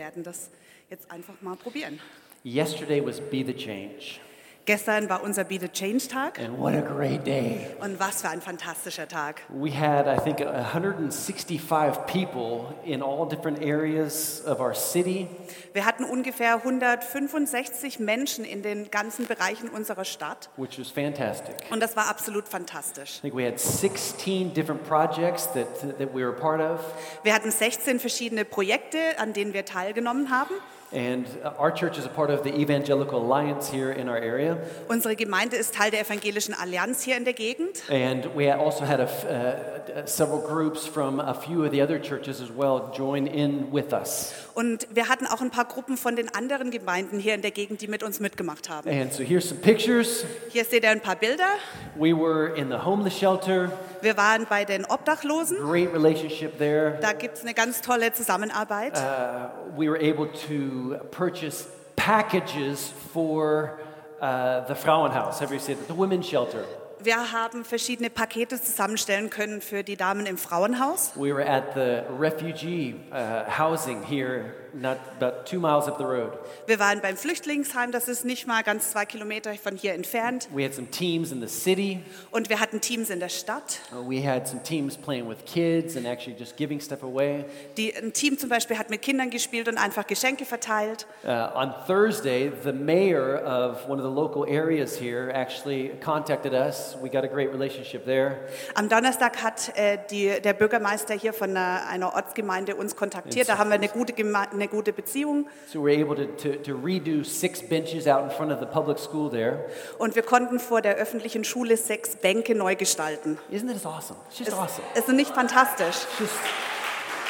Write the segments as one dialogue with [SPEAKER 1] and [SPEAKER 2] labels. [SPEAKER 1] werden das jetzt einfach mal probieren.
[SPEAKER 2] Yesterday was Be the Change,
[SPEAKER 1] Gestern war unser Be the Change Tag
[SPEAKER 2] and what a great day.
[SPEAKER 1] und was für ein fantastischer Tag.
[SPEAKER 2] We had, I think, 165 people in all different areas of our city,
[SPEAKER 1] Wir hatten ungefähr 165 Menschen in den ganzen Bereichen unserer Stadt
[SPEAKER 2] which was fantastic.
[SPEAKER 1] und das war absolut fantastisch.
[SPEAKER 2] I think we had 16 different projects that, that we were a part of,
[SPEAKER 1] Wir hatten 16 verschiedene Projekte, an denen wir teilgenommen haben.
[SPEAKER 2] and uh, our church is a part of the Evangelical Alliance here in our area.
[SPEAKER 1] Unsere Gemeinde ist Teil der Evangelischen Allianz hier in der Gegend.
[SPEAKER 2] And we also had a f- uh, uh, several groups from a few of the other churches as well join in with us.
[SPEAKER 1] Und wir hatten auch ein paar Gruppen von den anderen Gemeinden hier in der Gegend, die mit uns mitgemacht haben.
[SPEAKER 2] And so here's some pictures.
[SPEAKER 1] Hier seht ihr ein paar Bilder.
[SPEAKER 2] We were in the homeless shelter,
[SPEAKER 1] Wir waren bei den Obdachlosen.
[SPEAKER 2] great relationship there.
[SPEAKER 1] Da gibt es eine ganz tolle Zusammenarbeit.
[SPEAKER 2] Uh, we were able to purchase packages for uh, the Frauenhaus, have you said, the women's shelter.
[SPEAKER 1] Wir haben verschiedene Pakete zusammenstellen können für die Damen im Frauenhaus.
[SPEAKER 2] We were at the refugee uh, housing here, not about two miles up the road.
[SPEAKER 1] Wir waren beim Flüchtlingsheim, das ist nicht mal ganz zwei Kilometer von hier entfernt.
[SPEAKER 2] We had some teams in the city.
[SPEAKER 1] Und wir hatten Teams in der Stadt.
[SPEAKER 2] Uh, We had some teams playing with kids and actually just giving stuff away.
[SPEAKER 1] Die, ein Team zum Beispiel hat mit Kindern gespielt und einfach Geschenke verteilt.
[SPEAKER 2] Uh, on Thursday, the mayor of one of the local areas here actually contacted us. We got a great relationship there.
[SPEAKER 1] Am Donnerstag hat äh, die, der Bürgermeister hier von einer, einer Ortsgemeinde uns kontaktiert. Da haben wir eine gute, Geme eine gute Beziehung.
[SPEAKER 2] So we are able to, to, to redo six benches out in front of the public school there.
[SPEAKER 1] Und wir konnten vor der öffentlichen Schule sechs Bänke neu gestalten.
[SPEAKER 2] Isn't it awesome? It's just
[SPEAKER 1] Es,
[SPEAKER 2] awesome.
[SPEAKER 1] es ist nicht fantastisch.
[SPEAKER 2] It's just,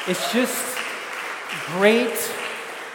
[SPEAKER 2] it's just great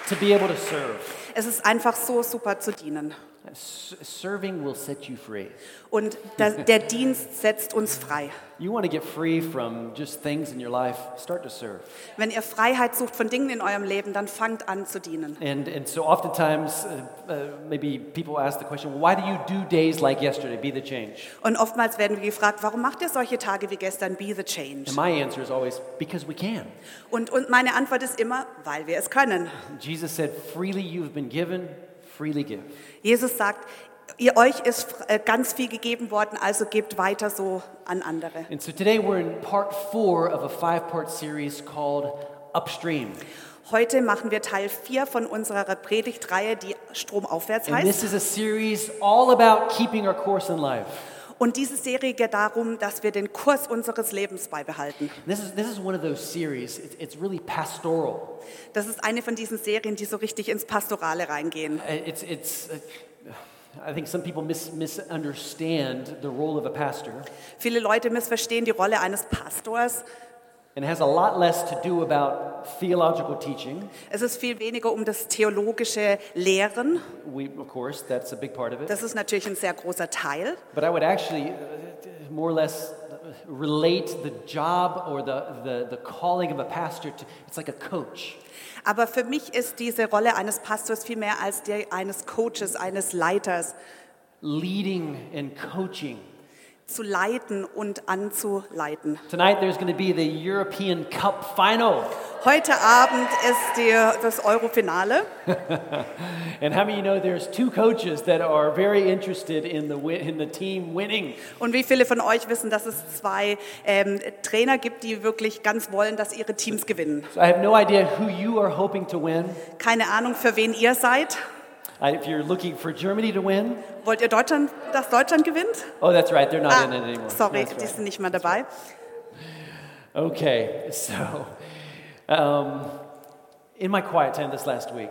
[SPEAKER 2] to be able to serve.
[SPEAKER 1] Es ist einfach so super zu dienen.
[SPEAKER 2] S- serving will set you free.
[SPEAKER 1] Und das, der Dienst setzt uns frei.
[SPEAKER 2] You want to get free from just things in your life, start to serve.
[SPEAKER 1] Wenn ihr Freiheit sucht von Dingen in eurem Leben, dann fangt an zu dienen.
[SPEAKER 2] And, and so oftentimes, uh, uh, maybe people ask the question, why do you do days like yesterday, be the change?
[SPEAKER 1] Und oftmals werden wir gefragt, warum macht ihr solche Tage wie gestern, Be the
[SPEAKER 2] And
[SPEAKER 1] Change?
[SPEAKER 2] my answer is always, because we can.
[SPEAKER 1] Und, und meine Antwort ist immer, weil wir es können.
[SPEAKER 2] Jesus said, freely you have been given, freely give.
[SPEAKER 1] Jesus sagt, ihr euch ist fr- äh, ganz viel gegeben worden, also gebt weiter so an andere.
[SPEAKER 2] And so today we're in part four of a five part series called Upstream.
[SPEAKER 1] Heute machen wir Teil 4 von unserer Predigtreihe, die Stromaufwärts
[SPEAKER 2] And
[SPEAKER 1] heißt.
[SPEAKER 2] this is a series all about keeping our course in life.
[SPEAKER 1] Und diese Serie geht darum, dass wir den Kurs unseres Lebens beibehalten.
[SPEAKER 2] This is, this is one of those series, it's, it's really pastoral.
[SPEAKER 1] Das ist eine von diesen Serien, die so richtig ins Pastorale reingehen.
[SPEAKER 2] It's, it's, uh, I think some people mis- misunderstand the role of a pastor.
[SPEAKER 1] Viele Leute missverstehen die Rolle eines Pastors.
[SPEAKER 2] and it has a lot less to do about theological teaching.
[SPEAKER 1] Es ist viel weniger um das theologische Lehren.
[SPEAKER 2] We, of course, that's a big part of it.
[SPEAKER 1] Das ist natürlich ein sehr großer Teil.
[SPEAKER 2] But I would actually uh, more or less relate the job or the, the, the calling of a pastor to it's like a coach.
[SPEAKER 1] Aber für mich ist diese Rolle eines Pastors viel mehr als die eines Coaches, eines Leiters,
[SPEAKER 2] Leading and coaching.
[SPEAKER 1] zu leiten und anzuleiten.
[SPEAKER 2] Tonight there's going to be the European Cup final.
[SPEAKER 1] Heute Abend ist die, das Eurofinale.
[SPEAKER 2] And how many of you know there's two coaches that are very interested in the, win- in the team winning?
[SPEAKER 1] Und wie viele von euch wissen, dass es zwei ähm, Trainer gibt, die wirklich ganz wollen, dass ihre Teams gewinnen?
[SPEAKER 2] So I have no idea who you are hoping to win.
[SPEAKER 1] Keine Ahnung, für wen ihr seid.
[SPEAKER 2] I, if you're looking for Germany to win,
[SPEAKER 1] Wollt ihr Deutschland, dass Deutschland gewinnt?
[SPEAKER 2] oh, that's right, they're not
[SPEAKER 1] Ah,
[SPEAKER 2] in it anymore.
[SPEAKER 1] sorry,
[SPEAKER 2] That's
[SPEAKER 1] die
[SPEAKER 2] right.
[SPEAKER 1] sind nicht mehr dabei.
[SPEAKER 2] Okay, so um, in my quiet time this last week,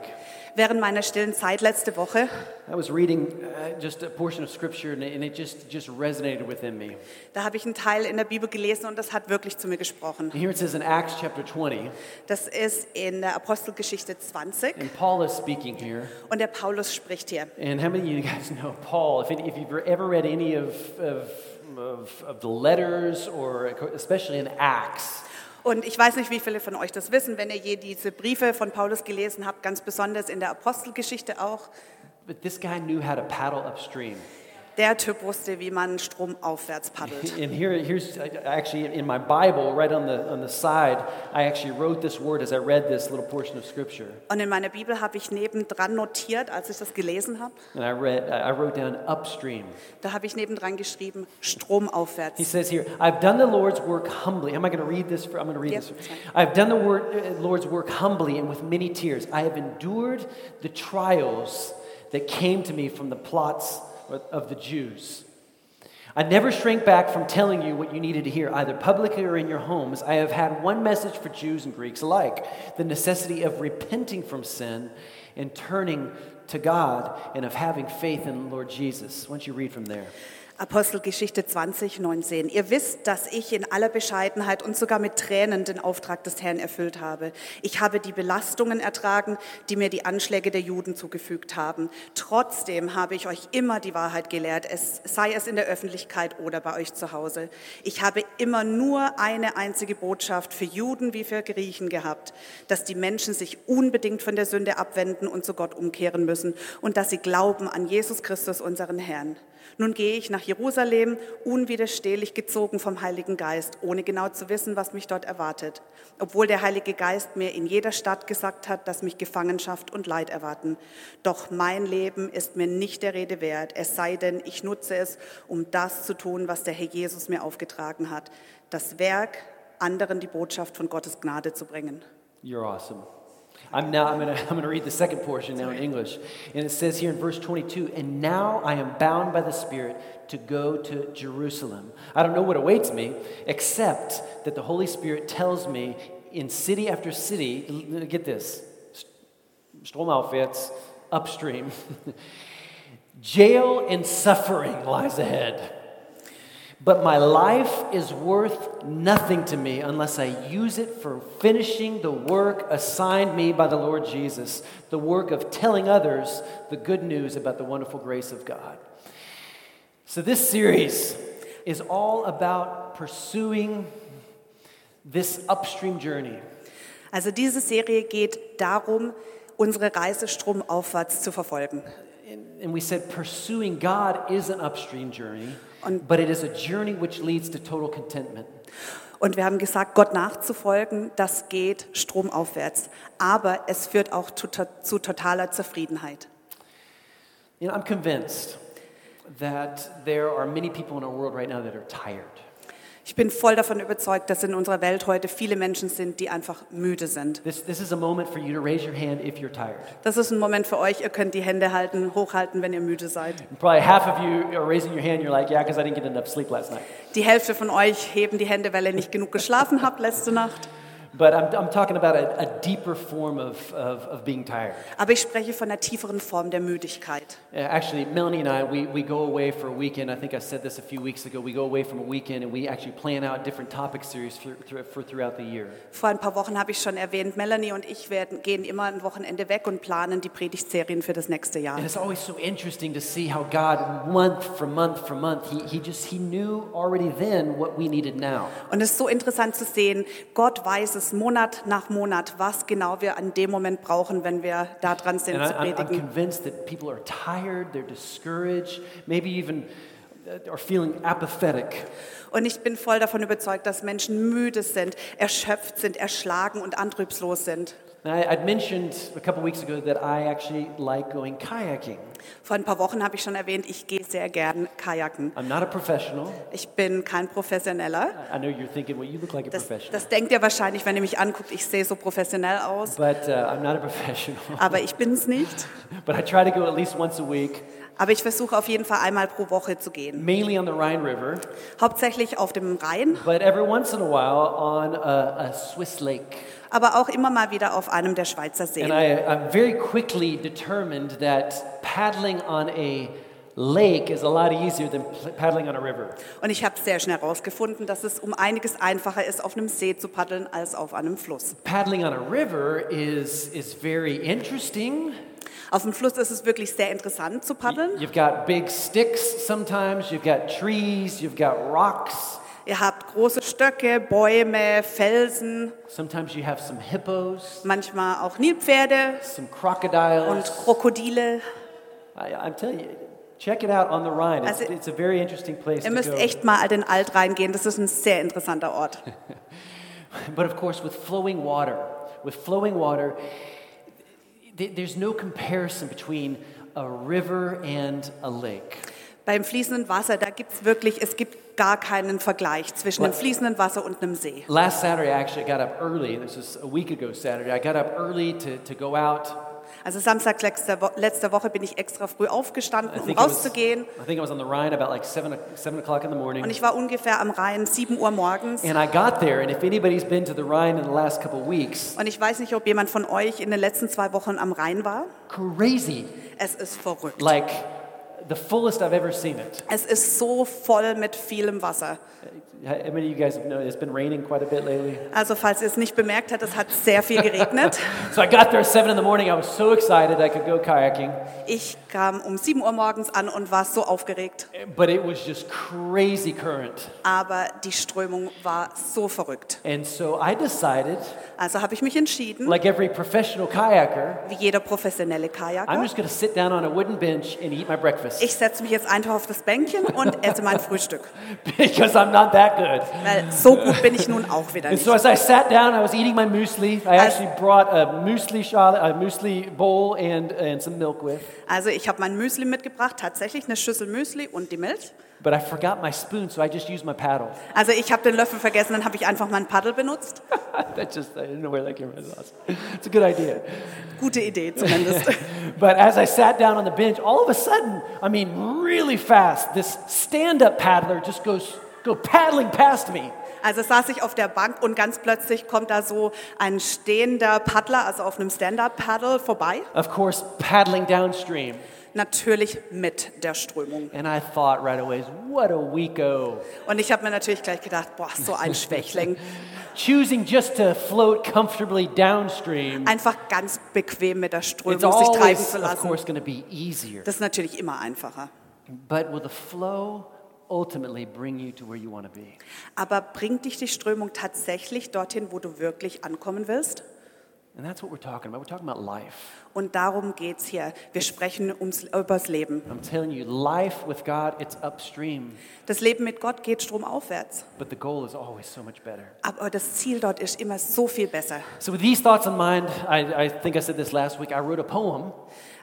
[SPEAKER 1] Während meiner stillen Zeit letzte Woche,
[SPEAKER 2] I was reading uh, just a portion of scripture and it, and it just, just resonated within me.
[SPEAKER 1] da habe ich einen Teil in der Bibel gelesen und das hat wirklich zu mir gesprochen.
[SPEAKER 2] And here it says in Acts chapter 20,
[SPEAKER 1] Das ist in der Apostelgeschichte 20
[SPEAKER 2] and Paul is speaking here.
[SPEAKER 1] und der Paulus spricht hier.
[SPEAKER 2] And how many of you guys know Paul? If, any, if you've ever read any of, of, of, of the letters or especially in Acts,
[SPEAKER 1] Und ich weiß nicht, wie viele von euch das wissen, wenn ihr je diese Briefe von Paulus gelesen habt, ganz besonders in der Apostelgeschichte auch.
[SPEAKER 2] but this guy knew how to paddle upstream.
[SPEAKER 1] Der Typ wusste, wie man stromaufwärts paddelt.
[SPEAKER 2] And here, here's I- I actually in my Bible, right on the, on the side, I actually wrote this word as I read this little portion of scripture.
[SPEAKER 1] Und in meiner Bibel habe ich nebendran notiert, als ich das gelesen habe,
[SPEAKER 2] And I read, I I wrote down upstream.
[SPEAKER 1] da habe ich nebendran geschrieben,
[SPEAKER 2] He
[SPEAKER 1] stromaufwärts.
[SPEAKER 2] says here, I've done the Lord's work humbly. Am I going to read this? For, I'm going to read
[SPEAKER 1] Yep,
[SPEAKER 2] this.
[SPEAKER 1] that's fine.
[SPEAKER 2] I've done the word, uh, Lord's work humbly and with many tears. I have endured the trials that came to me from the plots of the Jews. I never shrank back from telling you what you needed to hear, either publicly or in your homes. I have had one message for Jews and Greeks alike the necessity of repenting from sin and turning to God and of having faith in the Lord Jesus. Why don't you read from there?
[SPEAKER 1] Apostelgeschichte 20, 19. Ihr wisst, dass ich in aller Bescheidenheit und sogar mit Tränen den Auftrag des Herrn erfüllt habe. Ich habe die Belastungen ertragen, die mir die Anschläge der Juden zugefügt haben. Trotzdem habe ich euch immer die Wahrheit gelehrt, es sei es in der Öffentlichkeit oder bei euch zu Hause. Ich habe immer nur eine einzige Botschaft für Juden wie für Griechen gehabt, dass die Menschen sich unbedingt von der Sünde abwenden und zu Gott umkehren müssen und dass sie glauben an Jesus Christus, unseren Herrn. Nun gehe ich nach Jerusalem, unwiderstehlich gezogen vom Heiligen Geist, ohne genau zu wissen, was mich dort erwartet, obwohl der Heilige Geist mir in jeder Stadt gesagt hat, dass mich Gefangenschaft und Leid erwarten. Doch mein Leben ist mir nicht der Rede wert, es sei denn, ich nutze es, um das zu tun, was der Herr Jesus mir aufgetragen hat, das Werk, anderen die Botschaft von Gottes Gnade zu bringen.
[SPEAKER 2] You're awesome. I'm now I'm gonna I'm gonna read the second portion now in English. And it says here in verse 22, and now I am bound by the Spirit to go to Jerusalem. I don't know what awaits me, except that the Holy Spirit tells me in city after city, l- l- get this, Stromaufwärts, upstream, jail and suffering lies ahead. But my life is worth nothing to me unless I use it for finishing the work assigned me by the Lord Jesus, the work of telling others the good news about the wonderful grace of God. So, this series is all about pursuing this upstream journey.
[SPEAKER 1] Also diese Serie geht darum, unsere Reise stromaufwärts zu verfolgen.
[SPEAKER 2] And and we said pursuing God is an upstream journey,
[SPEAKER 1] Und-
[SPEAKER 2] but it is a journey which leads to total contentment.
[SPEAKER 1] Und wir haben gesagt, Gott nachzufolgen, das geht stromaufwärts. Aber es führt auch zu, zu totaler Zufriedenheit.
[SPEAKER 2] You know, I'm convinced that there are many people in our world right now that are tired.
[SPEAKER 1] Ich bin voll davon überzeugt, dass in unserer Welt heute viele Menschen sind, die einfach müde sind.
[SPEAKER 2] This, this is a moment for you to raise your hand if you're tired.
[SPEAKER 1] Das ist ein Moment für euch. Ihr könnt die Hände halten, hochhalten, wenn ihr müde seid.
[SPEAKER 2] And probably half of you are raising your hand, you're like, yeah, because I didn't get enough sleep last night.
[SPEAKER 1] Die Hälfte von euch heben die Hände, weil ihr nicht genug geschlafen habt letzte Nacht.
[SPEAKER 2] But I'm, I'm talking about a, a deeper form of, of, of being tired.
[SPEAKER 1] Aber ich spreche von einer tieferen Form der Müdigkeit.
[SPEAKER 2] Uh, Actually, Melanie and I, we, we go away for a weekend. I think I said this a few weeks ago. We go away from a weekend and we actually plan out different topic series for, for, for throughout the year.
[SPEAKER 1] Vor ein paar Wochen habe ich schon erwähnt, Melanie und ich werden, gehen immer ein Wochenende weg und planen die Predigtserien für das nächste Jahr.
[SPEAKER 2] And it's always so interesting to see how God, month for month for month, he, he just he knew already then what we needed now.
[SPEAKER 1] Und es ist so interessant zu sehen, Gott weiß es Monat nach Monat, was genau wir an dem Moment brauchen, wenn wir da dran sind
[SPEAKER 2] And
[SPEAKER 1] zu
[SPEAKER 2] I, am I'm
[SPEAKER 1] predigen.
[SPEAKER 2] convinced that people are tired, they're discouraged, maybe even uh, are feeling apathetic.
[SPEAKER 1] Und ich bin voll davon überzeugt, dass Menschen müde sind, erschöpft sind, erschlagen und antriebslos sind.
[SPEAKER 2] And I, I'd mentioned a couple weeks ago that I actually like going kayaking.
[SPEAKER 1] Vor ein paar Wochen habe ich schon erwähnt, ich gehe sehr gern kajaken.
[SPEAKER 2] I'm not a professional.
[SPEAKER 1] Ich bin kein Professioneller.
[SPEAKER 2] I I know you're thinking, well, you look like a
[SPEAKER 1] Das,
[SPEAKER 2] professional.
[SPEAKER 1] das denkt ihr wahrscheinlich, wenn ihr mich anguckt, ich sehe so professionell aus.
[SPEAKER 2] But uh, I'm not a professional.
[SPEAKER 1] Aber ich bin es nicht.
[SPEAKER 2] but I try to go at least once a week,
[SPEAKER 1] Aber ich versuche auf jeden Fall einmal pro Woche zu gehen.
[SPEAKER 2] mainly on the Rhine River,
[SPEAKER 1] Hauptsächlich auf dem Rhein,
[SPEAKER 2] but every once in a while on a, a Swiss lake.
[SPEAKER 1] aber auch immer mal wieder auf einem der Schweizer Seen.
[SPEAKER 2] And I, I'm very quickly determined that paddling on a lake is a lot easier than pl- paddling on a river.
[SPEAKER 1] Und ich habe sehr schnell herausgefunden, dass es um einiges einfacher ist, auf einem See zu paddeln, als auf einem Fluss.
[SPEAKER 2] Paddling on a river is, is very interesting.
[SPEAKER 1] Auf dem Fluss ist es wirklich sehr interessant zu paddeln.
[SPEAKER 2] You've got big sticks sometimes, you've got trees, you've got rocks.
[SPEAKER 1] Ihr habt große Stöcke, Bäume, Felsen,
[SPEAKER 2] Sometimes you have some hippos,
[SPEAKER 1] manchmal auch Nilpferde
[SPEAKER 2] some
[SPEAKER 1] und
[SPEAKER 2] crocodiles.
[SPEAKER 1] Krokodile.
[SPEAKER 2] I, I'm telling you, Check it out on the Rhine. It's,
[SPEAKER 1] Also-
[SPEAKER 2] it's a very interesting place
[SPEAKER 1] Ihr
[SPEAKER 2] to
[SPEAKER 1] müsst
[SPEAKER 2] go.
[SPEAKER 1] echt mal an den Alt reingehen. Das ist ein sehr interessanter Ort.
[SPEAKER 2] But of course, with flowing water, with flowing water, th- there's no comparison between a river and a lake.
[SPEAKER 1] Beim fließenden Wasser, da gibt es wirklich, es gibt gar keinen Vergleich zwischen dem fließenden Wasser und einem See.
[SPEAKER 2] Last Saturday, I actually got up early. This was a week ago Saturday. I got up early to, to go out.
[SPEAKER 1] Also Samstag letzter, Wo letzter Woche bin ich extra früh
[SPEAKER 2] I
[SPEAKER 1] aufgestanden, um
[SPEAKER 2] think it was-
[SPEAKER 1] rauszugehen.
[SPEAKER 2] I think I was on the Rhine about like 7, o- 7 o'clock in the
[SPEAKER 1] Und
[SPEAKER 2] morning.
[SPEAKER 1] ich war ungefähr am Rhein, 7 Uhr morgens.
[SPEAKER 2] And I got there, and if anybody's been to the Rhine in the last couple weeks,
[SPEAKER 1] Und ich weiß nicht, ob jemand von euch in den letzten zwei Wochen am Rhein war.
[SPEAKER 2] crazy.
[SPEAKER 1] Es ist verrückt.
[SPEAKER 2] Like the fullest I've ever seen it.
[SPEAKER 1] Es ist so voll mit vielem Wasser.
[SPEAKER 2] How how many of you guys have known it's been raining quite a bit lately?
[SPEAKER 1] Also falls ihr es nicht bemerkt habt, es hat sehr viel geregnet.
[SPEAKER 2] So I got there at 7 in the morning. I was so excited I could go kayaking.
[SPEAKER 1] Ich kam um 7 Uhr morgens an und war so aufgeregt.
[SPEAKER 2] But it was just crazy current.
[SPEAKER 1] Aber die Strömung war so verrückt.
[SPEAKER 2] And so I decided,
[SPEAKER 1] Also habe ich mich entschieden,
[SPEAKER 2] like every professional kayaker,
[SPEAKER 1] wie jeder professionelle
[SPEAKER 2] I'm
[SPEAKER 1] Kajaker,
[SPEAKER 2] just going to sit down on a wooden bench and eat my breakfast
[SPEAKER 1] ich setze mich jetzt einfach auf das Bänkchen und esse mein Frühstück.
[SPEAKER 2] because I'm not that good.
[SPEAKER 1] Weil so gut bin ich nun auch wieder
[SPEAKER 2] And
[SPEAKER 1] nicht.
[SPEAKER 2] so as I sat down, I was eating my muesli. I
[SPEAKER 1] As-
[SPEAKER 2] actually brought a muesli shot, a muesli bowl and, and some milk with.
[SPEAKER 1] Also ich habe mein Müsli mitgebracht, tatsächlich eine Schüssel Müsli und die Milch.
[SPEAKER 2] But I forgot my spoon, so I just used my paddle.
[SPEAKER 1] Also ich habe den Löffel vergessen, dann habe ich einfach mein Paddel benutzt.
[SPEAKER 2] that just, I didn't know where that came from. It's a good idea.
[SPEAKER 1] Gute Idee zumindest.
[SPEAKER 2] But as I sat down on the bench, all of a sudden, I mean, really fast, this stand-up paddler just goes go paddling past me.
[SPEAKER 1] Also saß ich auf der Bank und ganz plötzlich kommt da so ein stehender Paddler, also auf einem Stand-Up-Paddle vorbei.
[SPEAKER 2] Of course, paddling downstream.
[SPEAKER 1] Natürlich mit der Strömung.
[SPEAKER 2] And I thought right away, what a weeko.
[SPEAKER 1] Und ich habe mir natürlich gleich gedacht, boah, so ein Schwächling.
[SPEAKER 2] Choosing just to float comfortably downstream,
[SPEAKER 1] Einfach ganz bequem mit der
[SPEAKER 2] it's
[SPEAKER 1] Strömung sich treiben
[SPEAKER 2] always,
[SPEAKER 1] zu
[SPEAKER 2] of
[SPEAKER 1] lassen.
[SPEAKER 2] course, going to be easier.
[SPEAKER 1] Das ist natürlich immer einfacher.
[SPEAKER 2] But will the flow ultimately bring you to where you want to be?
[SPEAKER 1] Aber bringt dich die Strömung tatsächlich dorthin, wo du wirklich ankommen willst?
[SPEAKER 2] And that's what we're talking about. We're talking about life.
[SPEAKER 1] Und darum geht's hier. Wir sprechen ums, übers Leben.
[SPEAKER 2] I'm telling you, life with God, it's upstream,
[SPEAKER 1] Das Leben mit Gott geht stromaufwärts.
[SPEAKER 2] but the goal is always so much better.
[SPEAKER 1] Aber das Ziel dort ist immer so viel besser.
[SPEAKER 2] So, with these thoughts in mind, I, I think I said this last week. I wrote a poem,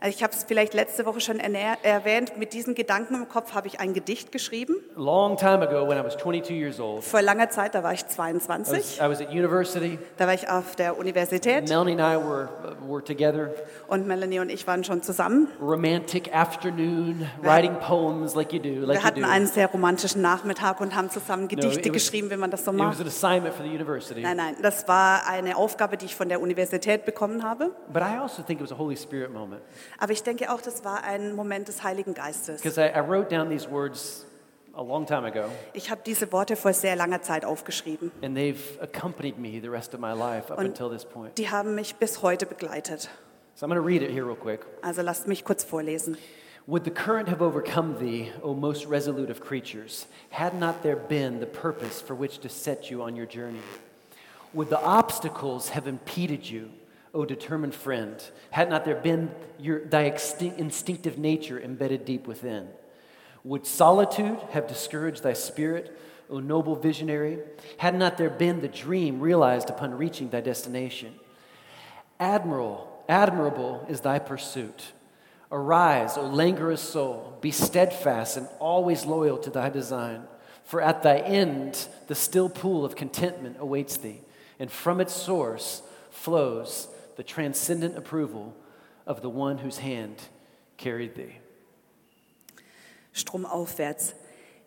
[SPEAKER 1] Also ich habe es vielleicht letzte Woche schon ernähr- erwähnt. Mit diesen Gedanken im Kopf habe ich ein Gedicht geschrieben.
[SPEAKER 2] a long time ago when I was 22 years old.
[SPEAKER 1] Vor langer Zeit, da war ich
[SPEAKER 2] I was,
[SPEAKER 1] 22,
[SPEAKER 2] I was at university.
[SPEAKER 1] da war ich auf der Universität
[SPEAKER 2] Melanie and I were, were together,
[SPEAKER 1] und Melanie und ich waren schon zusammen.
[SPEAKER 2] romantic afternoon, writing poems like you do, like
[SPEAKER 1] Wir
[SPEAKER 2] you do.
[SPEAKER 1] hatten einen sehr romantischen Nachmittag und haben zusammen
[SPEAKER 2] it
[SPEAKER 1] Gedichte
[SPEAKER 2] was-
[SPEAKER 1] geschrieben, wenn man das so
[SPEAKER 2] It was
[SPEAKER 1] macht.
[SPEAKER 2] an assignment for the university.
[SPEAKER 1] Nein, nein, das war eine Aufgabe, die ich von der Universität bekommen habe.
[SPEAKER 2] But I also think it was a Holy Spirit moment
[SPEAKER 1] Aber ich denke auch, das war ein Moment des Heiligen Geistes.
[SPEAKER 2] because I, I wrote down these words a long time ago,
[SPEAKER 1] Ich habe diese Worte vor sehr langer Zeit aufgeschrieben.
[SPEAKER 2] and they've accompanied me the rest of my life up
[SPEAKER 1] Und-
[SPEAKER 2] until this point.
[SPEAKER 1] Die haben mich bis heute begleitet.
[SPEAKER 2] So, I'm going to read it here real quick.
[SPEAKER 1] Also lasst mich kurz vorlesen.
[SPEAKER 2] Would the current have overcome thee, O most resolute of creatures, had not there been the purpose for which to set you on your journey? Would the obstacles have impeded you, O determined friend, had not there been your, thy extin- instinctive nature embedded deep within? Would solitude have discouraged thy spirit, O noble visionary, had not there been the dream realized upon reaching thy destination? Admiral, admirable is thy pursuit. Arise, O languorous soul, be steadfast and always loyal to thy design, for at thy end the still pool of contentment awaits thee, and from its source flows the transcendent approval of the one whose hand carried thee.
[SPEAKER 1] Stromaufwärts.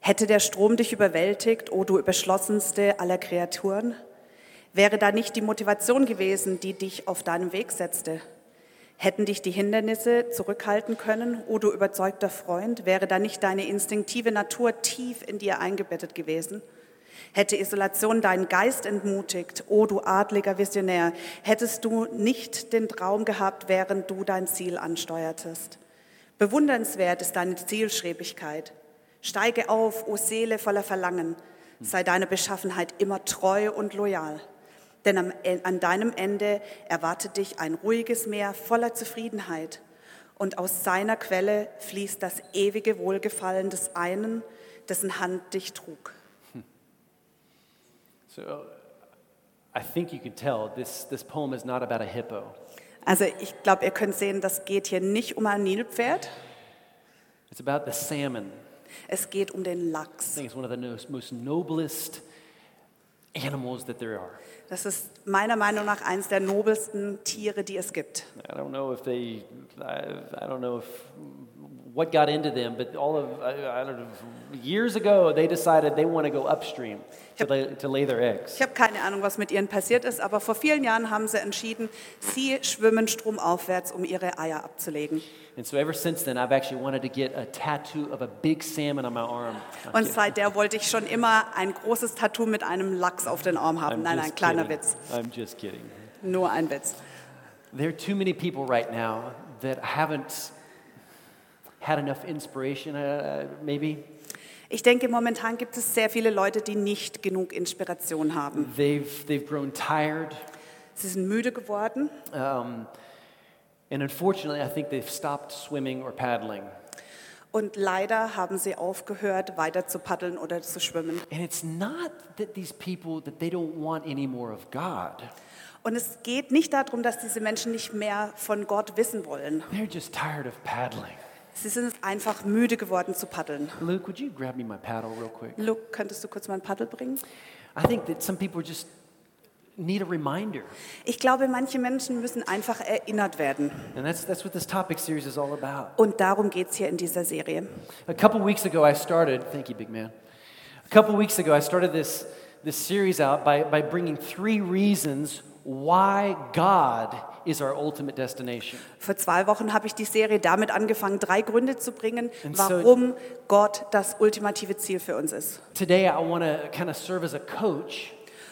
[SPEAKER 1] Hätte der Strom dich überwältigt, o du überschlossenste aller Kreaturen? Wäre da nicht die Motivation gewesen, die dich auf deinem Weg setzte? Hätten dich die Hindernisse zurückhalten können, o du überzeugter Freund? Wäre da nicht deine instinktive Natur tief in dir eingebettet gewesen? Hätte Isolation deinen Geist entmutigt, o du adliger Visionär? Hättest du nicht den Traum gehabt, während du dein Ziel ansteuertest? Bewundernswert ist deine Zielschrebigkeit. Steige auf, o Seele voller Verlangen. Sei deiner Beschaffenheit immer treu und loyal. Denn E, am, an deinem Ende erwartet dich ein ruhiges Meer voller Zufriedenheit. und aus seiner Quelle fließt das ewige Wohlgefallen des einen, dessen Hand dich trug.
[SPEAKER 2] So I think you can tell this, this poem is not about a hippo.
[SPEAKER 1] Also ich glaube, ihr könnt sehen, das geht hier nicht um ein Nilpferd,
[SPEAKER 2] It's about the salmon.
[SPEAKER 1] es geht um den
[SPEAKER 2] I
[SPEAKER 1] Lachs.
[SPEAKER 2] think it's one of the most, most noblest animals that there are.
[SPEAKER 1] Das ist meiner Meinung nach eines der nobelsten Tiere, die es gibt.
[SPEAKER 2] I don't know if they, I, I don't know if what got into them, but all of, I, I don't know, years ago they decided they want to go upstream to,
[SPEAKER 1] Yep.
[SPEAKER 2] lay, to lay their eggs.
[SPEAKER 1] Ich habe keine Ahnung, was mit ihnen passiert ist, aber vor vielen Jahren haben sie entschieden, sie schwimmen stromaufwärts, um ihre Eier abzulegen.
[SPEAKER 2] And so ever since then, I've actually wanted to get a tattoo of a big salmon on my arm. I'm
[SPEAKER 1] Und
[SPEAKER 2] kidding.
[SPEAKER 1] seitdem wollte ich schon immer ein großes Tattoo mit einem Lachs auf den Arm haben.
[SPEAKER 2] I'm
[SPEAKER 1] Nein,
[SPEAKER 2] just
[SPEAKER 1] nein, kleiner
[SPEAKER 2] kidding.
[SPEAKER 1] Witz.
[SPEAKER 2] I'm just kidding.
[SPEAKER 1] Nur ein Witz.
[SPEAKER 2] There are too many people right now that haven't had enough inspiration, uh, maybe.
[SPEAKER 1] Ich denke, momentan gibt es sehr viele Leute, die nicht genug Inspiration haben.
[SPEAKER 2] They've, they've grown tired.
[SPEAKER 1] Sie sind müde geworden
[SPEAKER 2] Um, and unfortunately, I think they've stopped swimming or paddling.
[SPEAKER 1] und leider haben sie aufgehört, weiter zu paddeln oder zu schwimmen.
[SPEAKER 2] And it's not that these people that they don't want any more of God.
[SPEAKER 1] Und es geht nicht darum, dass diese Menschen nicht mehr von Gott wissen wollen.
[SPEAKER 2] They're just tired of paddling.
[SPEAKER 1] Sie sind einfach müde geworden zu paddeln.
[SPEAKER 2] Luke, would you grab me my paddle real quick?
[SPEAKER 1] Luke, könntest du kurz mein Paddel bringen?
[SPEAKER 2] I think that some people just need a reminder.
[SPEAKER 1] Ich glaube, manche Menschen müssen einfach erinnert werden.
[SPEAKER 2] And that's, that's what this topic series is all about.
[SPEAKER 1] Und darum geht es hier in dieser Serie.
[SPEAKER 2] A couple weeks ago, I started, thank you, big man. A couple weeks ago, I started this, this series out by, by bringing three reasons why God is our ultimate destination.
[SPEAKER 1] Vor zwei Wochen habe ich die Serie damit angefangen, drei Gründe zu bringen,
[SPEAKER 2] And so-
[SPEAKER 1] warum Gott das ultimative Ziel für uns ist.
[SPEAKER 2] Today, I want to kind of serve as a coach.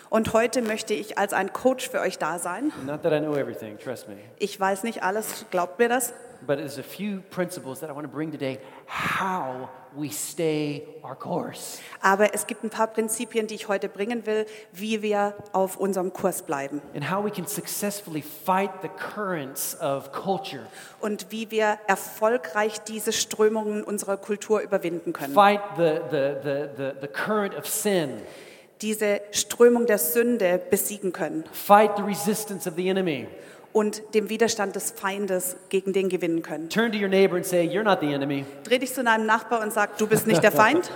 [SPEAKER 1] Und heute möchte ich als ein Coach für euch da sein.
[SPEAKER 2] Not that I know everything, trust me,
[SPEAKER 1] Ich weiß nicht alles, glaubt mir das.
[SPEAKER 2] but there's a few principles that I want to bring today how we stay our course.
[SPEAKER 1] Aber es gibt ein paar Prinzipien, die ich heute bringen will, wie wir auf unserem Kurs bleiben
[SPEAKER 2] And how we can successfully fight the currents of culture,
[SPEAKER 1] und wie wir erfolgreich diese Strömungen unserer Kultur überwinden können.
[SPEAKER 2] fight the, the, the, the, the current of sin,
[SPEAKER 1] Diese Strömung der Sünde besiegen können
[SPEAKER 2] fight the resistance of the enemy.
[SPEAKER 1] und dem Widerstand des Feindes gegen den gewinnen können.
[SPEAKER 2] Turn to your neighbor and say, You're not the enemy.
[SPEAKER 1] Dreh dich zu deinem Nachbar und sag, du bist nicht der Feind.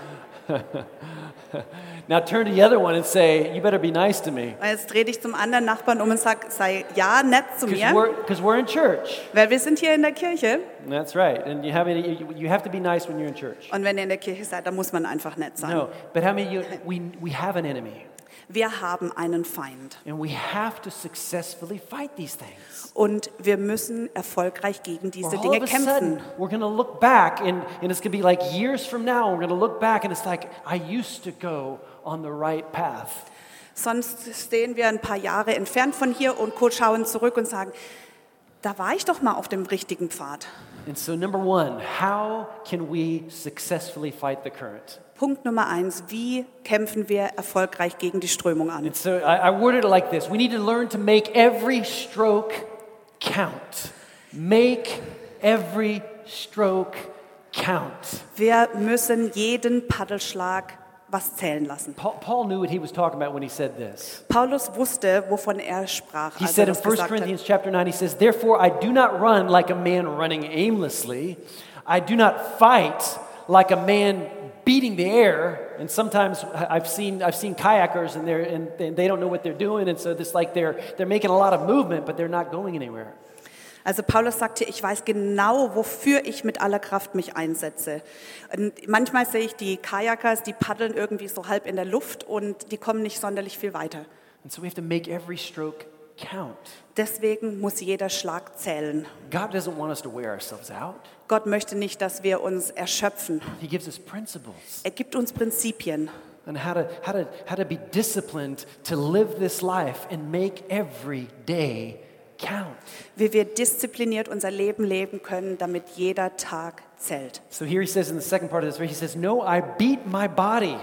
[SPEAKER 2] Now turn to the other one and say, You better be nice to me.
[SPEAKER 1] Und jetzt dreh dich zum anderen Nachbarn um und sag, sei ja nett zu
[SPEAKER 2] Because
[SPEAKER 1] mir,
[SPEAKER 2] we're, 'cause we're in church.
[SPEAKER 1] weil wir sind hier in der Kirche.
[SPEAKER 2] That's right. And you have, any, you, you have to be nice when you're in church.
[SPEAKER 1] Und wenn ihr in der Kirche seid, dann muss man einfach nett sein.
[SPEAKER 2] No, but how many of you, we, we have an enemy.
[SPEAKER 1] Wir haben einen Feind
[SPEAKER 2] And we have to successfully fight these things.
[SPEAKER 1] und wir müssen erfolgreich gegen
[SPEAKER 2] Or
[SPEAKER 1] diese
[SPEAKER 2] all
[SPEAKER 1] Dinge
[SPEAKER 2] of a sudden,
[SPEAKER 1] kämpfen.
[SPEAKER 2] we're going to look back, and, and it's going to be like years from now, we're going to look back, and it's like, I used to go on the right path.
[SPEAKER 1] Sonst stehen wir ein paar Jahre entfernt von hier und kurz schauen zurück und sagen, da war ich doch mal auf dem richtigen Pfad.
[SPEAKER 2] And so, number one, how can we successfully fight the current?
[SPEAKER 1] Punkt Nummer eins, wie kämpfen wir erfolgreich gegen die Strömung an?
[SPEAKER 2] And so I, I worded it like this We need to learn to make every stroke count. Make every stroke count.
[SPEAKER 1] Wir müssen jeden Paddelschlag was zählen lassen.
[SPEAKER 2] Paul, Paul knew what he was talking about when he said this.
[SPEAKER 1] Paulus wusste, wovon er sprach.
[SPEAKER 2] He
[SPEAKER 1] als er
[SPEAKER 2] said in
[SPEAKER 1] das
[SPEAKER 2] 1
[SPEAKER 1] gesagt hat.
[SPEAKER 2] Corinthians chapter 9, he says, Therefore I do not run like a man running aimlessly. I do not fight like a man beating the air. And sometimes I- I've seen, I've seen kayakers and, they're, and, and they don't know what they're doing. And so it's like they're, they're making a lot of movement, but they're not going anywhere.
[SPEAKER 1] Also Paulus sagte, ich weiß genau, wofür ich mit aller Kraft mich einsetze. Und manchmal sehe ich die Kajakers, die paddeln irgendwie so halb in der Luft und die kommen nicht sonderlich viel weiter.
[SPEAKER 2] And so we have to make every stroke count.
[SPEAKER 1] Deswegen muss jeder Schlag zählen.
[SPEAKER 2] God doesn't want us to wear ourselves out.
[SPEAKER 1] Gott möchte nicht, dass wir uns erschöpfen.
[SPEAKER 2] He gives us principles
[SPEAKER 1] Er gibt uns Prinzipien,
[SPEAKER 2] on how to, how to, how to be disciplined to live this life and make every day count.
[SPEAKER 1] wie wir diszipliniert unser Leben leben können, damit jeder Tag zählt.
[SPEAKER 2] So here he says in the second part of this, verse, he says, No, I beat my body.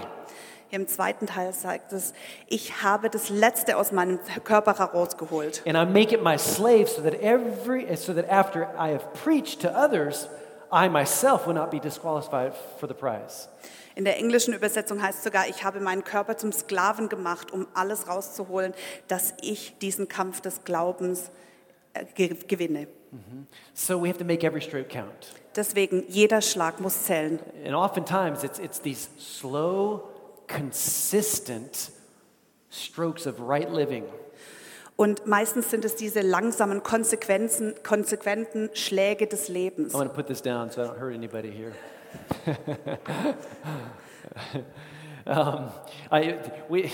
[SPEAKER 1] Im zweiten Teil sagt es, ich habe das Letzte aus meinem Körper herausgeholt.
[SPEAKER 2] and I make it my slave so that every so that after I have preached to others, I myself will not be disqualified for the prize.
[SPEAKER 1] In der englischen Übersetzung heißt es sogar, ich habe meinen Körper zum Sklaven gemacht, um alles rauszuholen, dass ich diesen Kampf des Glaubens äh, ge gewinne.
[SPEAKER 2] So we have to make every stroke count.
[SPEAKER 1] Deswegen, jeder Schlag muss zählen.
[SPEAKER 2] And oftentimes it's it's these slow, consistent strokes of right living
[SPEAKER 1] Und meistens sind es diese langsamen Konsequenzen, konsequenten Schläge des Lebens.
[SPEAKER 2] I'm going to put this down so I don't hurt anybody here. um, I, we,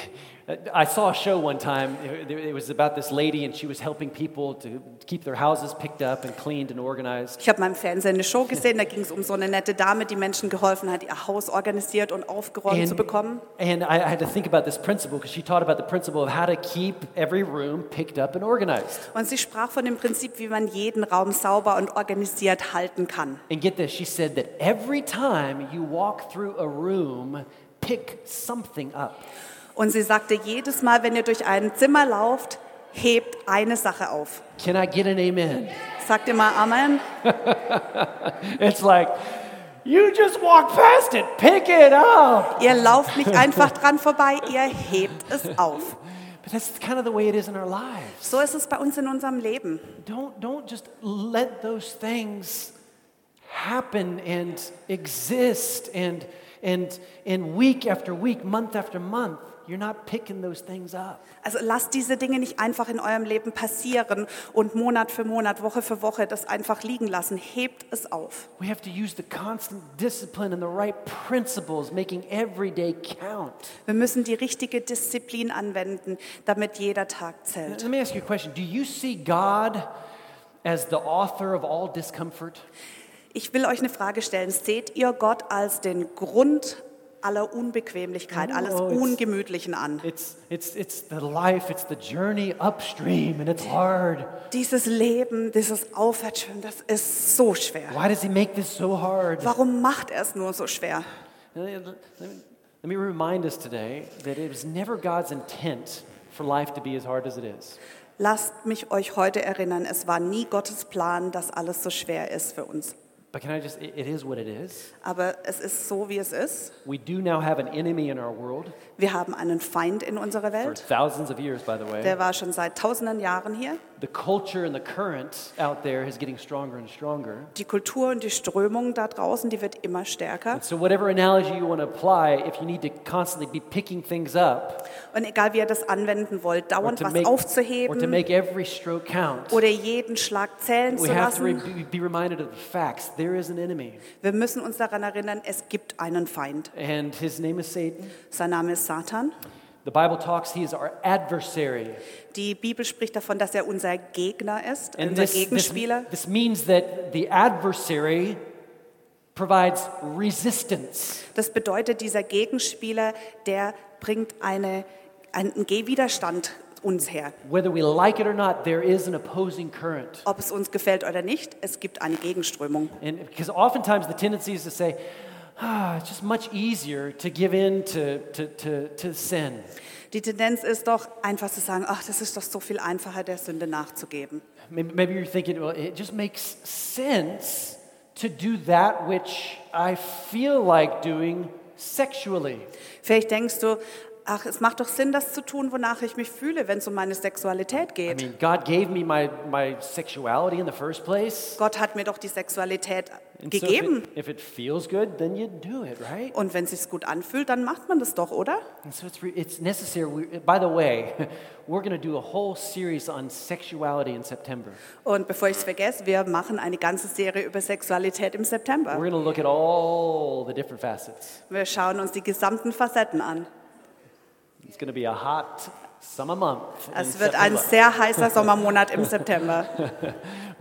[SPEAKER 2] I saw a show one time. It it was about this lady, and she was helping people to keep their houses picked up and cleaned and organized.
[SPEAKER 1] Ich habe mal im Fernsehen eine Show gesehen, da ging es um so eine nette Dame, die Menschen geholfen hat, ihr Haus organisiert und aufgeräumt zu bekommen.
[SPEAKER 2] and I I had to think about this principle because she taught about the principle of how to keep every room picked up and organized.
[SPEAKER 1] Und sie sprach von dem Prinzip, wie man jeden Raum sauber und organisiert halten kann.
[SPEAKER 2] And get this, she said that every time you walk through a room, pick something up.
[SPEAKER 1] Und sie sagte, jedes Mal, wenn ihr durch ein Zimmer lauft, hebt eine Sache auf.
[SPEAKER 2] Can I get an amen?
[SPEAKER 1] Sagt ihr mal Amen?
[SPEAKER 2] It's like, you just walk past it, pick it up.
[SPEAKER 1] Ihr lauft nicht einfach dran vorbei, ihr hebt es auf.
[SPEAKER 2] But that's kind of the way it is in our lives.
[SPEAKER 1] So ist es bei uns in unserem Leben.
[SPEAKER 2] Don't, don't just let those things happen and exist and, and, and week after week, month after month. You're not picking those things up.
[SPEAKER 1] Also lasst diese Dinge nicht einfach in eurem Leben passieren und Monat für Monat, Woche für Woche das einfach liegen lassen. Hebt es auf.
[SPEAKER 2] We have to use the constant discipline and the right principles, making every day count.
[SPEAKER 1] Wir müssen die richtige Disziplin anwenden, damit jeder Tag zählt.
[SPEAKER 2] Let me ask you a question Do you see God as the author of all discomfort?
[SPEAKER 1] Ich will euch eine Frage stellen. Seht ihr Gott als den Grund aller Unbequemlichkeit, alles
[SPEAKER 2] Oh, it's-
[SPEAKER 1] Ungemütlichen an?
[SPEAKER 2] It's, it's, it's the life, it's the journey upstream, and it's hard.
[SPEAKER 1] Dieses Leben, dieses Aufwärtschwimmen, das ist so schwer.
[SPEAKER 2] Why does he make this so hard?
[SPEAKER 1] Warum macht er es nur so schwer?
[SPEAKER 2] Let me, let me remind us today that it was never God's intent for life to be as hard as it is.
[SPEAKER 1] Lasst mich euch heute erinnern, es war nie Gottes Plan, dass alles so schwer ist für uns.
[SPEAKER 2] But can I just, it- it is what it is.
[SPEAKER 1] Aber es ist so, wie es ist.
[SPEAKER 2] We do now have an enemy in our world
[SPEAKER 1] Wir haben einen Feind in unserer
[SPEAKER 2] for
[SPEAKER 1] Welt.
[SPEAKER 2] thousands of years, by the way.
[SPEAKER 1] Der war schon seit tausenden Jahren hier.
[SPEAKER 2] The culture and the current out there is getting stronger and stronger.
[SPEAKER 1] Die Kultur und die Strömung da draußen, die wird immer stärker.
[SPEAKER 2] So, whatever analogy you want to apply, if you need to constantly be picking things up
[SPEAKER 1] Und egal, wie ihr das anwenden wollt,
[SPEAKER 2] or
[SPEAKER 1] dauernd
[SPEAKER 2] to
[SPEAKER 1] was
[SPEAKER 2] make, or to
[SPEAKER 1] aufzuheben
[SPEAKER 2] make every stroke count,
[SPEAKER 1] oder jeden Schlag zählen
[SPEAKER 2] We
[SPEAKER 1] zu
[SPEAKER 2] have to
[SPEAKER 1] lassen.
[SPEAKER 2] re- be reminded of the facts. There is an enemy,
[SPEAKER 1] Wir müssen uns daran erinnern, es gibt einen Feind.
[SPEAKER 2] and his name is Satan.
[SPEAKER 1] Sein Name ist Satan.
[SPEAKER 2] The Bible talks he is our adversary.
[SPEAKER 1] Die Bibel spricht davon, dass er unser Gegner ist,
[SPEAKER 2] And
[SPEAKER 1] unser
[SPEAKER 2] this, this,
[SPEAKER 1] Gegenspieler.
[SPEAKER 2] this means that the adversary provides resistance.
[SPEAKER 1] Das bedeutet, dieser Gegenspieler, der bringt eine, einen Gehwiderstand uns her.
[SPEAKER 2] Whether we like it or not, there is an opposing current.
[SPEAKER 1] Ob es uns gefällt oder nicht, es gibt eine Gegenströmung.
[SPEAKER 2] And because oftentimes the tendency is to say, ah, it's just much easier to give in to, to, to, to sin.
[SPEAKER 1] Die Tendenz ist doch, einfach zu sagen, ach, das ist doch so viel einfacher, der Sünde nachzugeben.
[SPEAKER 2] Maybe, maybe you're thinking, well, it just makes sense to do that which I feel like doing sexually.
[SPEAKER 1] Vielleicht denkst du, ach, es macht doch Sinn, das zu tun, wonach ich mich fühle, wenn es um meine Sexualität
[SPEAKER 2] I
[SPEAKER 1] geht.
[SPEAKER 2] mean, God gave me my, my sexuality in the first place.
[SPEAKER 1] Gott hat mir doch die Sexualität
[SPEAKER 2] And so if,
[SPEAKER 1] gegeben.
[SPEAKER 2] it, if it feels good, then you do it, right?
[SPEAKER 1] Und wenn es sich gut anfühlt, dann macht man das doch, oder?
[SPEAKER 2] And so it's, re- it's necessary. We, by the way, we're going to do a whole series on sexuality in September.
[SPEAKER 1] Und bevor ich es vergesse, wir machen eine ganze Serie über Sexualität im
[SPEAKER 2] We're
[SPEAKER 1] September.
[SPEAKER 2] going to look at all the different facets.
[SPEAKER 1] Wir schauen uns die gesamten Facetten an.
[SPEAKER 2] It's going to be a hot summer month. in
[SPEAKER 1] Es wird ein
[SPEAKER 2] September.
[SPEAKER 1] sehr heißer Sommermonat im September.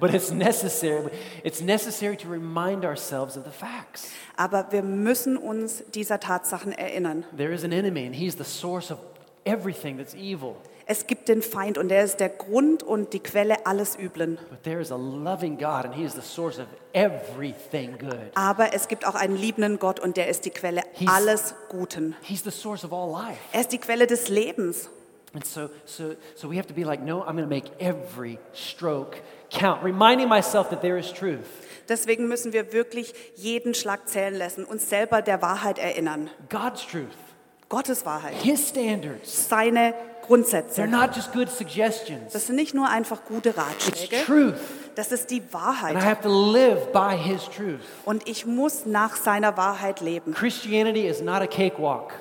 [SPEAKER 2] But it's necessary. It's necessary to remind ourselves of the facts.
[SPEAKER 1] Aber wir müssen uns dieser Tatsachen erinnern.
[SPEAKER 2] There is an enemy, and he's the source of everything that's evil.
[SPEAKER 1] Es gibt den Feind und er ist der Grund und die Quelle alles Üblen.
[SPEAKER 2] But there is a loving God, and He is the source of everything good.
[SPEAKER 1] Aber es gibt auch einen liebenden Gott und der ist die Quelle
[SPEAKER 2] He's-
[SPEAKER 1] alles Guten.
[SPEAKER 2] He's the source of all life.
[SPEAKER 1] Er ist die Quelle des Lebens.
[SPEAKER 2] And so, so, so we have to be like, no, I'm going to make every stroke count, reminding myself that there is truth.
[SPEAKER 1] Deswegen müssen wir wirklich jeden Schlag zählen lassen, uns selber der Wahrheit erinnern.
[SPEAKER 2] God's truth,
[SPEAKER 1] Gottes Wahrheit,
[SPEAKER 2] His standards.
[SPEAKER 1] seine
[SPEAKER 2] They're
[SPEAKER 1] Grundsätze.
[SPEAKER 2] not just good suggestions,
[SPEAKER 1] Das sind nicht nur einfach gute
[SPEAKER 2] it's
[SPEAKER 1] Ratschläge,
[SPEAKER 2] truth.
[SPEAKER 1] das ist die
[SPEAKER 2] And I
[SPEAKER 1] Wahrheit.
[SPEAKER 2] have to live by His truth.
[SPEAKER 1] Und ich muss nach seiner Wahrheit leben.
[SPEAKER 2] Christianity is not a cakewalk.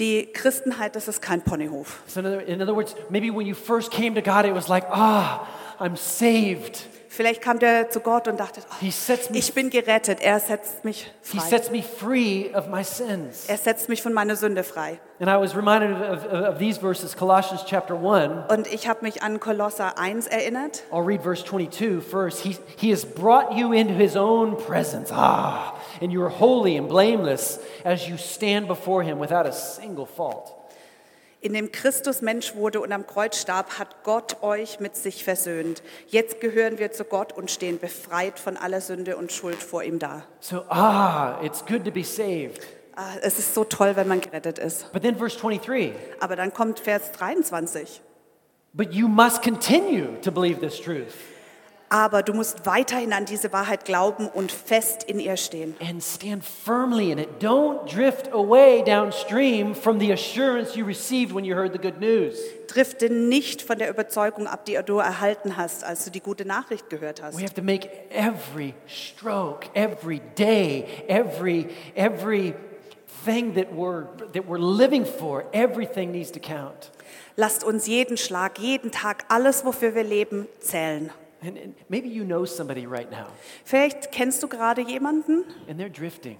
[SPEAKER 1] Die Christenheit, das ist kein Ponyhof.
[SPEAKER 2] So in, other, in other words, maybe when you first came to God, it was like, ah, I'm saved.
[SPEAKER 1] Vielleicht kam der zu Gott und dachte, oh,
[SPEAKER 2] He sets me,
[SPEAKER 1] ich bin gerettet, er setzt mich
[SPEAKER 2] he
[SPEAKER 1] frei.
[SPEAKER 2] sets me free of my sins.
[SPEAKER 1] Er setzt mich von meiner Sünde frei.
[SPEAKER 2] And I was reminded of, of, of these verses, Colossians chapter 1.
[SPEAKER 1] Und ich habe mich an Kolosser 1 erinnert.
[SPEAKER 2] I'll read verse 22 first. He, he has brought you into his own presence. Ah, and you are holy and blameless as you stand before him without a single fault.
[SPEAKER 1] In dem Christus Mensch wurde und am Kreuz starb, hat Gott euch mit sich versöhnt. Jetzt gehören wir zu Gott und stehen befreit von aller Sünde und Schuld vor ihm da.
[SPEAKER 2] So, ah, it's good to be saved.
[SPEAKER 1] Ah, es ist so toll, wenn man gerettet ist.
[SPEAKER 2] But then verse 23
[SPEAKER 1] Aber dann kommt Vers 23.
[SPEAKER 2] but you must continue to believe this truth
[SPEAKER 1] Aber du musst weiterhin an diese Wahrheit glauben und fest in ihr stehen.
[SPEAKER 2] and stand firmly in it. Don't drift away downstream from the assurance you received when you heard the good news.
[SPEAKER 1] Drifte nicht von der Überzeugung ab, die du erhalten hast, als du die gute Nachricht gehört hast.
[SPEAKER 2] We have to make every stroke, every day, every every thing that we're that we're living for, everything needs to count.
[SPEAKER 1] Lasst uns jeden Schlag, jeden Tag, alles, wofür wir leben, zählen.
[SPEAKER 2] And, and maybe you know somebody right now
[SPEAKER 1] Vielleicht kennst du gerade jemanden
[SPEAKER 2] and they're drifting.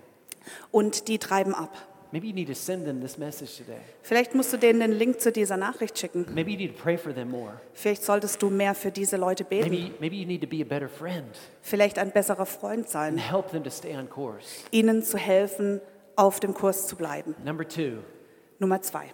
[SPEAKER 1] und die treiben ab.
[SPEAKER 2] Maybe you need to send them this message today.
[SPEAKER 1] Vielleicht musst du denen den Link zu dieser Nachricht schicken.
[SPEAKER 2] Maybe you need to pray for them more.
[SPEAKER 1] Vielleicht solltest du mehr für diese Leute beten.
[SPEAKER 2] Maybe maybe you need to be a better friend
[SPEAKER 1] Vielleicht ein besserer Freund
[SPEAKER 2] and
[SPEAKER 1] sein.
[SPEAKER 2] help them to stay on course.
[SPEAKER 1] Ihnen zu helfen, auf dem Kurs zu bleiben.
[SPEAKER 2] Number 2.
[SPEAKER 1] Nummer zwei.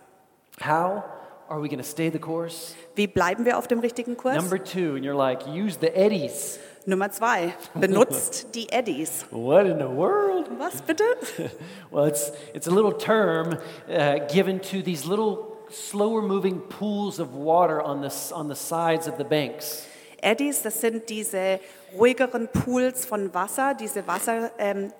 [SPEAKER 2] How are we going to stay the course?
[SPEAKER 1] Wie bleiben wir auf dem richtigen Kurs?
[SPEAKER 2] Number 2 and you're like, "Use the eddies."
[SPEAKER 1] Nummer zwei. Benutzt die Eddies.
[SPEAKER 2] What in the world?
[SPEAKER 1] Was bitte?
[SPEAKER 2] Well, it's, it's a little term uh, given to these little slower moving pools of water on the, s- on the sides of the banks.
[SPEAKER 1] Eddies, das sind diese ruhigeren Pools von Wasser, diese Wasserecken, ähm,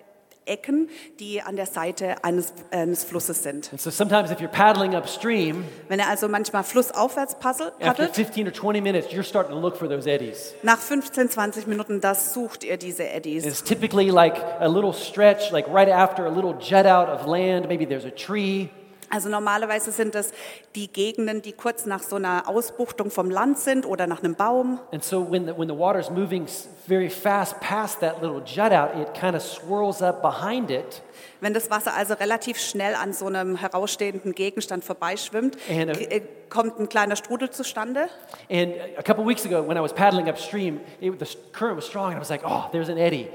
[SPEAKER 1] Ecken, die an der Seite eines, eines Flusses sind.
[SPEAKER 2] And so sometimes if you're paddling upstream,
[SPEAKER 1] Wenn er also manchmal flussaufwärts puzzle-
[SPEAKER 2] after
[SPEAKER 1] paddelt,
[SPEAKER 2] 15 or 20 minutes, you're starting to look for those eddies.
[SPEAKER 1] nach 15, 20 Minuten, das sucht ihr diese Eddies.
[SPEAKER 2] It's typically like a little stretch, like right after a little jet out of land. Maybe there's a tree.
[SPEAKER 1] Also normalerweise sind das die Gegenden, die kurz nach so einer Ausbuchtung vom Land sind oder nach einem Baum.
[SPEAKER 2] And so when the, when the water's moving s- very fast past that little jet out, it kind of swirls up behind it.
[SPEAKER 1] Wenn das Wasser also relativ schnell an so einem herausstehenden Gegenstand vorbeischwimmt,
[SPEAKER 2] Anna.
[SPEAKER 1] g- äh, kommt ein kleiner Strudel zustande.
[SPEAKER 2] And a couple weeks ago, when I was paddling upstream, it, the current was strong, and I was like, oh, there's an eddy.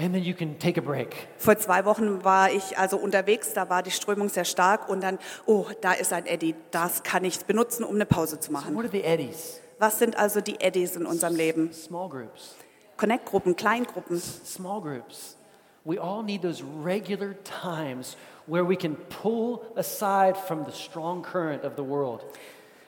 [SPEAKER 2] And then you can take a break.
[SPEAKER 1] Vor zwei Wochen war ich also unterwegs, da war die Strömung sehr stark und dann, oh, da ist ein Eddy, das kann ich benutzen, um eine Pause zu machen.
[SPEAKER 2] What are the eddies?
[SPEAKER 1] Was sind also die Eddies in unserem Leben?
[SPEAKER 2] Small groups.
[SPEAKER 1] Connect-Gruppen, Kleingruppen.
[SPEAKER 2] Small groups. We all need those regular times where we can pull aside from the strong current of the world.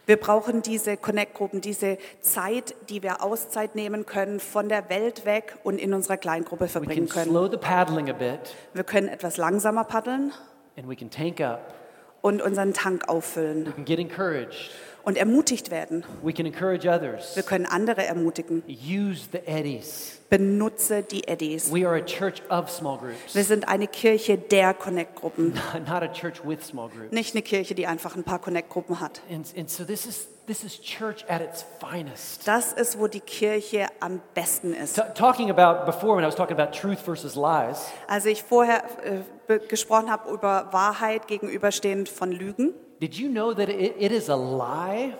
[SPEAKER 1] Wir brauchen diese Connect-Gruppen, diese Zeit, die wir Auszeit nehmen können, von der Welt weg und in unserer Kleingruppe
[SPEAKER 2] We can
[SPEAKER 1] verbringen können.
[SPEAKER 2] slow the paddling a bit,
[SPEAKER 1] Wir können etwas langsamer paddeln
[SPEAKER 2] and we can tank up.
[SPEAKER 1] und unseren Tank auffüllen
[SPEAKER 2] We can get encouraged.
[SPEAKER 1] und ermutigt werden.
[SPEAKER 2] We can encourage others.
[SPEAKER 1] Wir können andere ermutigen.
[SPEAKER 2] Use the eddies.
[SPEAKER 1] Benutze die Eddies.
[SPEAKER 2] We are a church of small groups,
[SPEAKER 1] Wir sind eine Kirche der Connect-Gruppen.
[SPEAKER 2] not a church with small groups.
[SPEAKER 1] Nicht eine Kirche, die einfach ein paar Connect-Gruppen hat.
[SPEAKER 2] And, and so this is, this is church at its finest.
[SPEAKER 1] Das ist, wo die Kirche am besten ist.
[SPEAKER 2] T- talking about before when I was talking about truth versus lies,
[SPEAKER 1] Als ich vorher äh, be- gesprochen habe über Wahrheit gegenüberstehend von Lügen,
[SPEAKER 2] did you know that it, it is a lie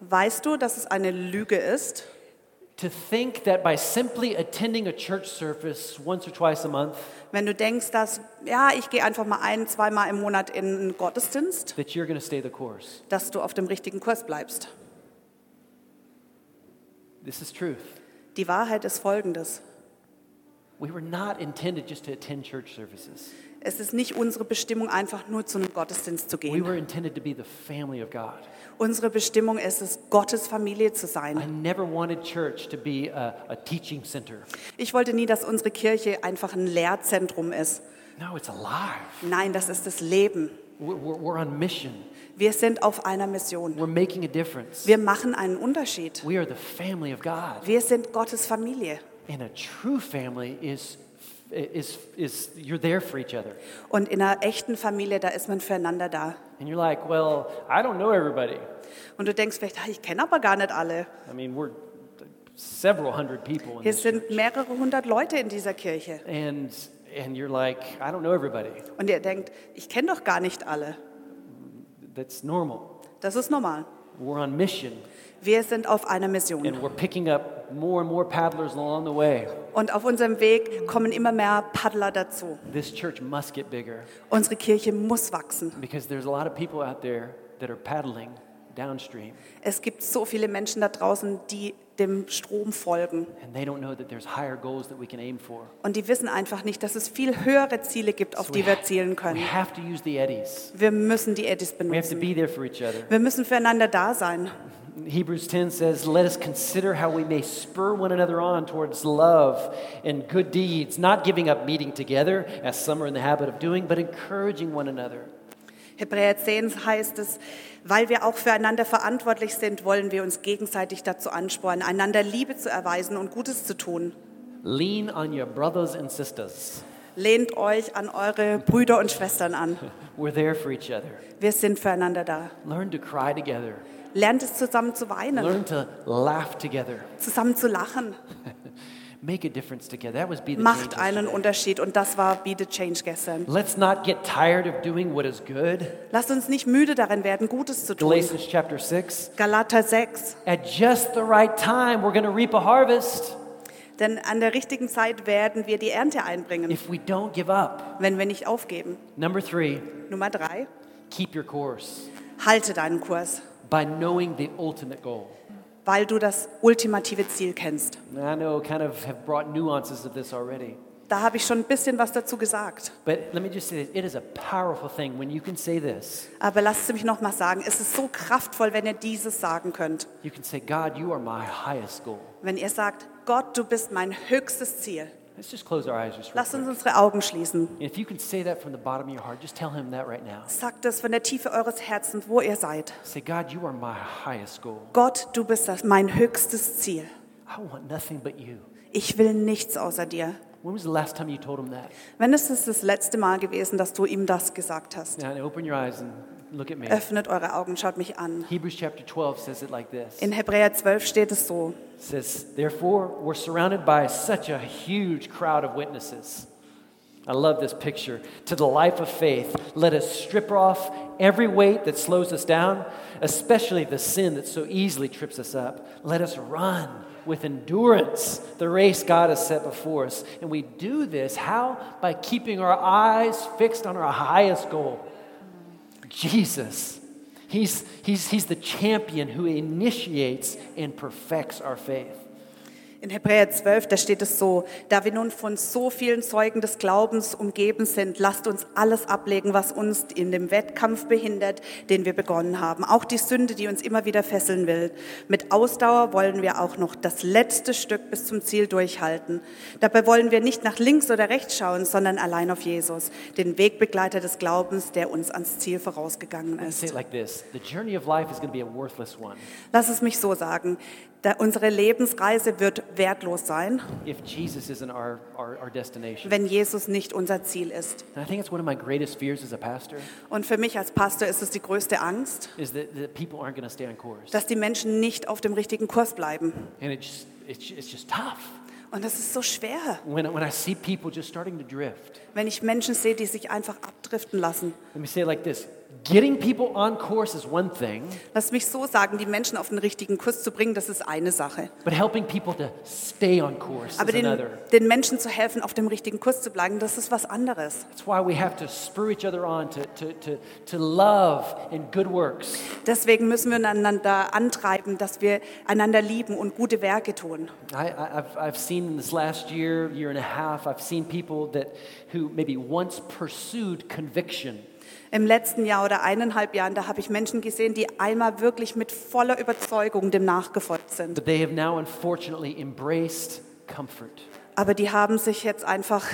[SPEAKER 1] weißt du, dass es eine Lüge ist,
[SPEAKER 2] to think that by simply attending a church service once or twice a month,
[SPEAKER 1] Wenn du denkst, dass, ja, ich gehe einfach mal ein, zweimal im Monat in einen Gottesdienst,
[SPEAKER 2] that you're going to stay the course.
[SPEAKER 1] dass du auf dem richtigen Kurs bleibst.
[SPEAKER 2] This is truth.
[SPEAKER 1] Die Wahrheit ist folgendes.
[SPEAKER 2] We were not intended just to attend church services.
[SPEAKER 1] Es ist nicht unsere Bestimmung, einfach nur zu einem Gottesdienst zu
[SPEAKER 2] We
[SPEAKER 1] gehen.
[SPEAKER 2] were intended to be the family of God.
[SPEAKER 1] Unsere Bestimmung ist es, Gottes Familie zu
[SPEAKER 2] I
[SPEAKER 1] sein.
[SPEAKER 2] never wanted church to be a, a teaching center.
[SPEAKER 1] Ich wollte nie, dass unsere Kirche einfach ein Lehrzentrum ist.
[SPEAKER 2] No, it's alive.
[SPEAKER 1] Nein, das ist das Leben.
[SPEAKER 2] We're, we're, we're on mission.
[SPEAKER 1] Wir sind auf einer Mission.
[SPEAKER 2] We're making a difference.
[SPEAKER 1] Wir machen einen Unterschied.
[SPEAKER 2] We are the family of God.
[SPEAKER 1] Wir sind Gottes Familie.
[SPEAKER 2] And a true family is, is, is you're there for each other.
[SPEAKER 1] Und in einer echten Familie, da ist man füreinander da.
[SPEAKER 2] And you're like, well, I don't know everybody.
[SPEAKER 1] Und du denkst vielleicht, ah, ich kenne aber gar nicht alle.
[SPEAKER 2] I mean, we're several hundred people in
[SPEAKER 1] Hier
[SPEAKER 2] this
[SPEAKER 1] sind
[SPEAKER 2] church.
[SPEAKER 1] mehrere hundert Leute in dieser Kirche.
[SPEAKER 2] And, and you're like, I don't know everybody.
[SPEAKER 1] Und ihr denkt, ich kenne doch gar nicht alle.
[SPEAKER 2] That's normal.
[SPEAKER 1] Das ist normal.
[SPEAKER 2] We're on mission.
[SPEAKER 1] Wir sind auf einer
[SPEAKER 2] And
[SPEAKER 1] Mission.
[SPEAKER 2] we're picking up more and more paddlers along the way.
[SPEAKER 1] Und auf unserem Weg kommen immer mehr Paddler dazu.
[SPEAKER 2] This church must get bigger
[SPEAKER 1] Unsere Kirche muss wachsen.
[SPEAKER 2] because there's a lot of people out there that are paddling downstream
[SPEAKER 1] Es gibt so viele Menschen da draußen, die dem Strom folgen.
[SPEAKER 2] and they don't know that there's higher goals that we can aim for.
[SPEAKER 1] Und die wissen einfach nicht, dass es viel höhere Ziele gibt, auf
[SPEAKER 2] So
[SPEAKER 1] die
[SPEAKER 2] we
[SPEAKER 1] wir
[SPEAKER 2] ha-
[SPEAKER 1] zielen
[SPEAKER 2] We
[SPEAKER 1] können.
[SPEAKER 2] have to use the eddies.
[SPEAKER 1] Wir müssen die Eddies
[SPEAKER 2] We have to
[SPEAKER 1] benutzen.
[SPEAKER 2] be there for each other.
[SPEAKER 1] Wir müssen füreinander da sein.
[SPEAKER 2] Hebrews 10 says, Let us consider how we may spur one another on towards love and good deeds, not giving up meeting together, as some are in the habit of doing, but encouraging one another.
[SPEAKER 1] Hebräer 10 heißt es, weil wir auch füreinander verantwortlich sind, wollen wir uns gegenseitig dazu anspornen, einander Liebe zu erweisen und Gutes zu tun.
[SPEAKER 2] Lean on your brothers and sisters.
[SPEAKER 1] Lehnt euch an eure Brüder und Schwestern an.
[SPEAKER 2] We're there for each other.
[SPEAKER 1] Wir sind füreinander da.
[SPEAKER 2] Learn to cry together.
[SPEAKER 1] Lernt es zusammen zu weinen,
[SPEAKER 2] Learn to laugh together.
[SPEAKER 1] zusammen zu lachen.
[SPEAKER 2] Make a difference together. That was be the
[SPEAKER 1] Macht
[SPEAKER 2] changes
[SPEAKER 1] einen
[SPEAKER 2] today.
[SPEAKER 1] Unterschied und das war Be the Change gestern.
[SPEAKER 2] Let's not get tired of doing what is good.
[SPEAKER 1] Lasst uns nicht müde darin werden, Gutes zu tun.
[SPEAKER 2] Galatians chapter 6.
[SPEAKER 1] Galater 6.
[SPEAKER 2] At just the right time, we're going to reap a harvest
[SPEAKER 1] Denn an der richtigen Zeit werden wir die Ernte einbringen,
[SPEAKER 2] if we don't give up.
[SPEAKER 1] wenn wir nicht aufgeben.
[SPEAKER 2] Number three,
[SPEAKER 1] Nummer drei,
[SPEAKER 2] keep your course
[SPEAKER 1] halte deinen Kurs,
[SPEAKER 2] by knowing the ultimate goal.
[SPEAKER 1] weil du das ultimative Ziel kennst.
[SPEAKER 2] And I know kind of have brought nuances of this already,
[SPEAKER 1] Da habe ich schon ein bisschen was dazu gesagt.
[SPEAKER 2] but let me just say this. It is a powerful thing when you can say this.
[SPEAKER 1] Aber lasst es mich nochmal sagen, es ist so kraftvoll, wenn ihr dieses sagen könnt.
[SPEAKER 2] You can say, God, you are my highest goal.
[SPEAKER 1] Wenn ihr sagt, Gott, du bist mein höchstes Ziel.
[SPEAKER 2] Let's just close our eyes just real
[SPEAKER 1] Lasst
[SPEAKER 2] quick.
[SPEAKER 1] uns unsere Augen schließen.
[SPEAKER 2] And If you can say that from the bottom of your heart, just tell him that right now.
[SPEAKER 1] Sagt es von der Tiefe eures Herzens, wo ihr seid.
[SPEAKER 2] Say, God, you are my highest goal.
[SPEAKER 1] Gott, du bist das, mein höchstes Ziel.
[SPEAKER 2] I want nothing but you.
[SPEAKER 1] Ich will nichts außer dir.
[SPEAKER 2] When was the last time you told him that?
[SPEAKER 1] Wenn es ist das letzte Mal gewesen, dass du ihm das gesagt hast.
[SPEAKER 2] Now open your eyes and look at me.
[SPEAKER 1] Öffnet eure Augen, schaut mich an.
[SPEAKER 2] Hebrews chapter 12 says it like this.
[SPEAKER 1] In Hebräer 12 steht es so.
[SPEAKER 2] It says, Therefore, we're surrounded by such a huge crowd of witnesses. I love this picture. To the life of faith, let us strip off every weight that slows us down, especially the sin that so easily trips us up. Let us run with endurance the race God has set before us. And we do this how? By keeping our eyes fixed on our highest goal. Jesus. He's, he's, he's the champion who initiates and perfects our faith.
[SPEAKER 1] In Hebräer 12, da steht es so. Da wir nun von so vielen Zeugen des Glaubens umgeben sind, lasst uns alles ablegen, was uns in dem Wettkampf behindert, den wir begonnen haben. Auch die Sünde, die uns immer wieder fesseln will. Mit Ausdauer wollen wir auch noch das letzte Stück bis zum Ziel durchhalten. Dabei wollen wir nicht nach links oder rechts schauen, sondern allein auf Jesus, den Wegbegleiter des Glaubens, der uns ans Ziel vorausgegangen
[SPEAKER 2] Say
[SPEAKER 1] ist.
[SPEAKER 2] it like this The journey of life is going to be a worthless one
[SPEAKER 1] Lass es mich so sagen. Da unsere Lebensreise wird wertlos sein,
[SPEAKER 2] if Jesus isn't our, our, our destination.
[SPEAKER 1] wenn Jesus nicht unser Ziel ist.
[SPEAKER 2] And I think it's one of my greatest fears as a pastor
[SPEAKER 1] Und für mich als Pastor ist es die größte Angst,
[SPEAKER 2] is that, that people aren't going to stay on course.
[SPEAKER 1] dass die Menschen nicht auf dem richtigen Kurs bleiben.
[SPEAKER 2] And it just, it's, it's just tough.
[SPEAKER 1] Und das ist so schwer,
[SPEAKER 2] When, when I see people just starting to drift,
[SPEAKER 1] wenn ich Menschen sehe, die sich einfach abdriften lassen.
[SPEAKER 2] let me say it like this Getting people on course is one thing,
[SPEAKER 1] Lass mich so sagen, die Menschen auf den richtigen Kurs zu bringen, das ist eine Sache.
[SPEAKER 2] but helping people to stay on course
[SPEAKER 1] Aber
[SPEAKER 2] is
[SPEAKER 1] den,
[SPEAKER 2] another.
[SPEAKER 1] den Menschen zu helfen, auf dem richtigen Kurs zu bleiben, das ist was anderes.
[SPEAKER 2] That's why we have to spur each other on to, to, to, to love and good works.
[SPEAKER 1] Deswegen müssen wir einander antreiben, dass wir einander lieben und gute Werke tun.
[SPEAKER 2] I, I, I've, I've seen in this last year, year and a half, I've seen people that who maybe once pursued conviction
[SPEAKER 1] Im letzten Jahr oder eineinhalb Jahren, da habe ich Menschen gesehen, die einmal wirklich mit voller Überzeugung dem nachgefolgt sind.
[SPEAKER 2] But they have now unfortunately embraced comfort.
[SPEAKER 1] Aber die haben sich jetzt einfach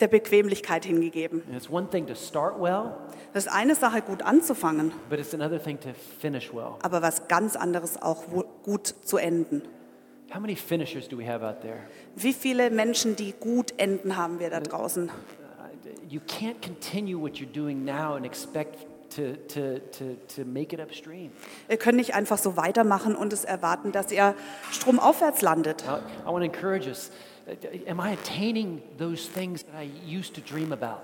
[SPEAKER 1] der Bequemlichkeit hingegeben.
[SPEAKER 2] And it's one thing to start well,
[SPEAKER 1] Das ist eine Sache, gut anzufangen,
[SPEAKER 2] but it's another thing to finish well.
[SPEAKER 1] aber was ganz anderes auch wo- gut zu enden.
[SPEAKER 2] How many finishers do we have out there?
[SPEAKER 1] Wie viele Menschen, die gut enden, haben wir da draußen?
[SPEAKER 2] You can't continue what you're doing now and expect to, to, to, to make it upstream.
[SPEAKER 1] Ihr könnt nicht einfach so weitermachen und es erwarten, dass ihr stromaufwärts landet.
[SPEAKER 2] I, I want to encourage us. uh, Am I attaining those things that I used to dream about?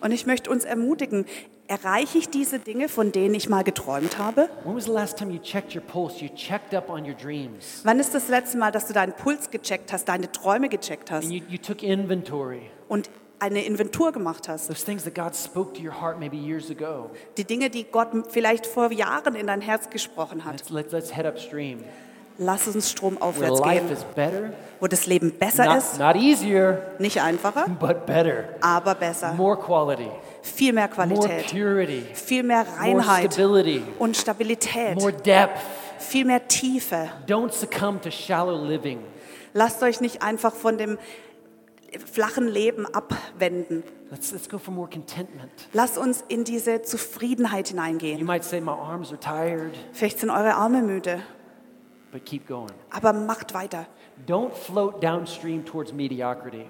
[SPEAKER 1] Und ich möchte uns ermutigen, erreiche ich diese Dinge, von denen ich mal geträumt habe?
[SPEAKER 2] When was the last time you checked your pulse? You checked up on your dreams
[SPEAKER 1] Wann ist das letzte Mal, dass du deinen Puls gecheckt hast, deine Träume gecheckt
[SPEAKER 2] and
[SPEAKER 1] hast
[SPEAKER 2] you, you took inventory.
[SPEAKER 1] und eine Inventur gemacht hast?
[SPEAKER 2] Those things that God spoke to your heart maybe years ago.
[SPEAKER 1] Die Dinge, die Gott vielleicht vor Jahren in dein Herz gesprochen hat.
[SPEAKER 2] Let's, let's, let's head upstream.
[SPEAKER 1] Lass uns
[SPEAKER 2] Where
[SPEAKER 1] stromaufwärts
[SPEAKER 2] life
[SPEAKER 1] gehen,
[SPEAKER 2] is better,
[SPEAKER 1] wo das Leben besser
[SPEAKER 2] not,
[SPEAKER 1] ist,
[SPEAKER 2] not easier,
[SPEAKER 1] nicht einfacher,
[SPEAKER 2] but better.
[SPEAKER 1] aber besser.
[SPEAKER 2] More quality,
[SPEAKER 1] Viel mehr
[SPEAKER 2] more
[SPEAKER 1] Qualität,
[SPEAKER 2] purity,
[SPEAKER 1] viel mehr
[SPEAKER 2] more
[SPEAKER 1] Reinheit
[SPEAKER 2] stability,
[SPEAKER 1] und Stabilität,
[SPEAKER 2] more depth.
[SPEAKER 1] viel mehr Tiefe.
[SPEAKER 2] Don't succumb to shallow living.
[SPEAKER 1] Lasst euch nicht einfach von dem flachen Leben abwenden.
[SPEAKER 2] Let's, let's go for more contentment.
[SPEAKER 1] Lasst uns in diese Zufriedenheit
[SPEAKER 2] You
[SPEAKER 1] hineingehen.
[SPEAKER 2] might say, My arms are tired,
[SPEAKER 1] Vielleicht sind eure Arme müde,
[SPEAKER 2] but keep going.
[SPEAKER 1] aber macht weiter.
[SPEAKER 2] Don't float downstream towards mediocrity.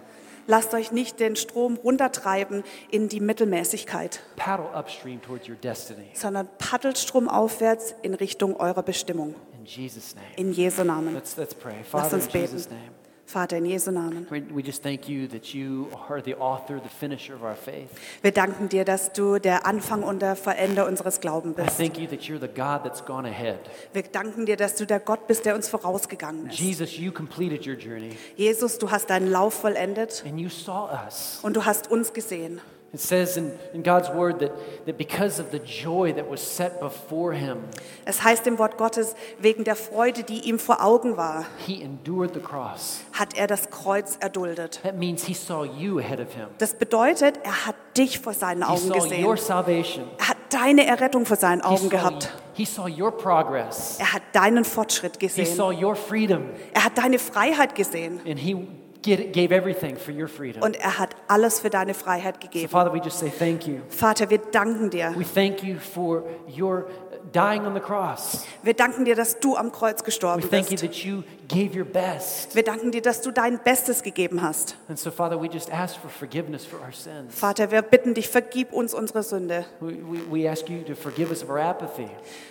[SPEAKER 1] Lasst euch nicht den Strom runtertreiben in die Mittelmäßigkeit,
[SPEAKER 2] Paddle upstream towards your destiny.
[SPEAKER 1] sondern paddelt stromaufwärts in Richtung eurer Bestimmung.
[SPEAKER 2] In Jesus' name.
[SPEAKER 1] In Jesu Namen.
[SPEAKER 2] Let's, let's pray.
[SPEAKER 1] Lasst
[SPEAKER 2] Father,
[SPEAKER 1] uns
[SPEAKER 2] in
[SPEAKER 1] beten.
[SPEAKER 2] Jesus' name.
[SPEAKER 1] Vater, in Jesu Namen.
[SPEAKER 2] We- We just thank you that you are the author, the finisher of our faith.
[SPEAKER 1] Wir danken dir, dass du der Anfang und der Verender unseres Glaubens
[SPEAKER 2] I
[SPEAKER 1] bist.
[SPEAKER 2] thank you that you're the God that's gone ahead.
[SPEAKER 1] Wir danken dir, dass du der Gott bist, der uns vorausgegangen ist.
[SPEAKER 2] Jesus, you completed your journey
[SPEAKER 1] Jesus, du hast deinen Lauf vollendet
[SPEAKER 2] and you saw us.
[SPEAKER 1] und du hast uns gesehen.
[SPEAKER 2] It says in, in God's word that, that because of the joy that was set before him,
[SPEAKER 1] Es heißt im Wort Gottes, wegen der Freude, die ihm vor Augen war,
[SPEAKER 2] he endured the cross.
[SPEAKER 1] hat er das Kreuz erduldet.
[SPEAKER 2] That means he saw you ahead of him.
[SPEAKER 1] Das bedeutet, er hat dich vor seinen
[SPEAKER 2] He
[SPEAKER 1] Augen
[SPEAKER 2] saw your
[SPEAKER 1] gesehen.
[SPEAKER 2] salvation.
[SPEAKER 1] Er hat deine Errettung vor seinen
[SPEAKER 2] He
[SPEAKER 1] Augen
[SPEAKER 2] saw,
[SPEAKER 1] gehabt.
[SPEAKER 2] he saw your progress.
[SPEAKER 1] Er hat deinen Fortschritt
[SPEAKER 2] He
[SPEAKER 1] gesehen.
[SPEAKER 2] saw your freedom.
[SPEAKER 1] Er hat deine Freiheit gesehen.
[SPEAKER 2] And he get, gave everything for your freedom.
[SPEAKER 1] Und er hat alles für deine Freiheit
[SPEAKER 2] So,
[SPEAKER 1] gegeben.
[SPEAKER 2] Father, we just say thank you.
[SPEAKER 1] Vater, wir danken dir.
[SPEAKER 2] We thank you for your dying on the cross.
[SPEAKER 1] Wir danken dir, dass du am Kreuz
[SPEAKER 2] We
[SPEAKER 1] gestorben
[SPEAKER 2] thank you
[SPEAKER 1] bist.
[SPEAKER 2] that you gave your best.
[SPEAKER 1] Wir danken dir, dass du dein Bestes gegeben hast.
[SPEAKER 2] And so, Father, we just ask for forgiveness for our sins.
[SPEAKER 1] Vater, wir bitten dich, vergib uns unsere Sünde.
[SPEAKER 2] We, we, we ask you to forgive us of our apathy.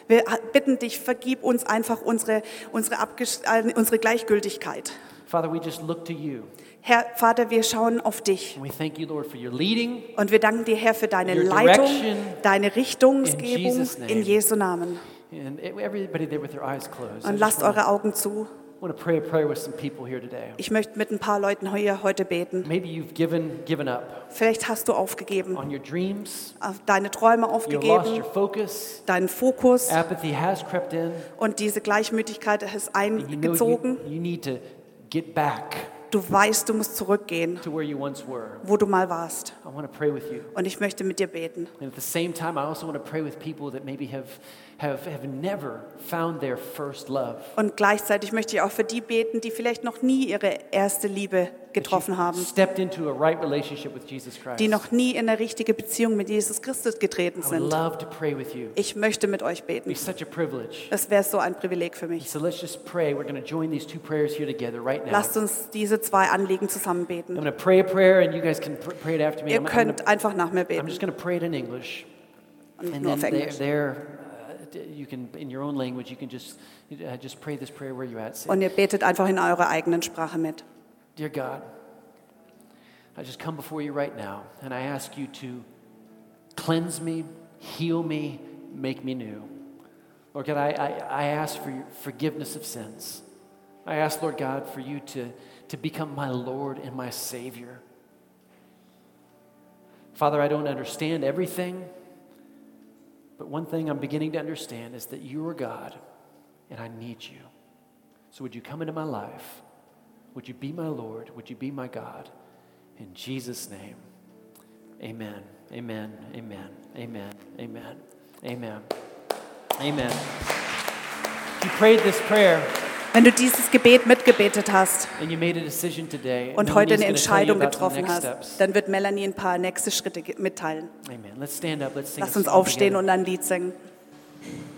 [SPEAKER 1] Wir bitten dich, vergib uns einfach unsere, unsere, Abgesch äh, unsere Gleichgültigkeit.
[SPEAKER 2] Father, we just look to you.
[SPEAKER 1] Herr Vater, wir schauen auf dich
[SPEAKER 2] And we thank you, Lord, for your leading.
[SPEAKER 1] und wir danken dir, Herr, für deine
[SPEAKER 2] Your
[SPEAKER 1] Leitung,
[SPEAKER 2] direction.
[SPEAKER 1] deine
[SPEAKER 2] In
[SPEAKER 1] Richtungsgebung
[SPEAKER 2] Jesus' name.
[SPEAKER 1] in Jesu Namen.
[SPEAKER 2] And everybody there with their eyes closed. I
[SPEAKER 1] Und
[SPEAKER 2] just
[SPEAKER 1] lasst
[SPEAKER 2] want
[SPEAKER 1] eure Augen zu.
[SPEAKER 2] to pray a prayer with some people here today.
[SPEAKER 1] Ich möchte mit ein paar Leuten hier heute beten.
[SPEAKER 2] Maybe you've given, given up
[SPEAKER 1] Vielleicht hast du aufgegeben,
[SPEAKER 2] on your dreams.
[SPEAKER 1] auf deine Träume
[SPEAKER 2] You've Oh. lost
[SPEAKER 1] aufgegeben,
[SPEAKER 2] your focus.
[SPEAKER 1] deinen Fokus
[SPEAKER 2] Apathy has crept in.
[SPEAKER 1] und diese Gleichmütigkeit ist
[SPEAKER 2] And you know you,
[SPEAKER 1] eingezogen.
[SPEAKER 2] you need to get back
[SPEAKER 1] Du weißt, du musst zurückgehen,
[SPEAKER 2] to where you once were.
[SPEAKER 1] wo du mal warst.
[SPEAKER 2] I want to pray with you.
[SPEAKER 1] Und ich möchte mit dir beten.
[SPEAKER 2] And at the same time, I also want to pray with people that maybe have, have, have never found their first love.
[SPEAKER 1] Und gleichzeitig möchte ich auch für die beten, die vielleicht noch nie ihre erste Liebe
[SPEAKER 2] That you
[SPEAKER 1] getroffen haben,
[SPEAKER 2] Stepped into a right relationship with Jesus Christ.
[SPEAKER 1] die noch nie in eine richtige Beziehung mit Jesus Christus getreten
[SPEAKER 2] I would
[SPEAKER 1] sind.
[SPEAKER 2] love to pray with you.
[SPEAKER 1] Ich möchte mit euch
[SPEAKER 2] It'd be
[SPEAKER 1] beten.
[SPEAKER 2] such a privilege.
[SPEAKER 1] Das wäre so ein Privileg für mich.
[SPEAKER 2] So let's just pray. We're going to join these two prayers here together right now.
[SPEAKER 1] Lasst uns diese zwei Anliegen zusammen
[SPEAKER 2] I'm
[SPEAKER 1] beten.
[SPEAKER 2] going to pray a prayer, and you guys can pr- pray it after me.
[SPEAKER 1] Ihr
[SPEAKER 2] I'm, I'm,
[SPEAKER 1] könnt
[SPEAKER 2] gonna,
[SPEAKER 1] einfach nach mir
[SPEAKER 2] I'm
[SPEAKER 1] beten
[SPEAKER 2] just going to pray it in English,
[SPEAKER 1] und
[SPEAKER 2] and
[SPEAKER 1] nur
[SPEAKER 2] then
[SPEAKER 1] auf
[SPEAKER 2] there,
[SPEAKER 1] Englisch.
[SPEAKER 2] there uh, d- you can, in your own language, you can just uh, just pray this prayer where you're at. Say,
[SPEAKER 1] Und ihr betet einfach in eurer eigenen Sprache mit.
[SPEAKER 2] Dear God, I just come before you right now and I ask you to cleanse me Heal me, make me new. Lord God, I, I, I ask for your forgiveness of sins. I ask, Lord God, for you to, to become my Lord and my Savior. Father, I don't understand everything, but one thing I'm beginning to understand is that you are God and I need you. So would you come into my life? Would you be my Lord? Would you be my God? In Jesus' name, amen, amen, amen, amen, amen, amen, amen. If you prayed this prayer
[SPEAKER 1] Wenn du dieses Gebet mitgebetet hast
[SPEAKER 2] and you made a decision today,
[SPEAKER 1] und
[SPEAKER 2] Melanie's
[SPEAKER 1] heute eine
[SPEAKER 2] gonna tell you
[SPEAKER 1] Entscheidung
[SPEAKER 2] about the
[SPEAKER 1] getroffen
[SPEAKER 2] next
[SPEAKER 1] hast,
[SPEAKER 2] steps.
[SPEAKER 1] dann wird Melanie ein paar nächste Schritte ge- mitteilen.
[SPEAKER 2] Amen. Let's stand up. Let's sing a
[SPEAKER 1] Lass uns
[SPEAKER 2] song
[SPEAKER 1] aufstehen
[SPEAKER 2] together.
[SPEAKER 1] und ein Lied singen.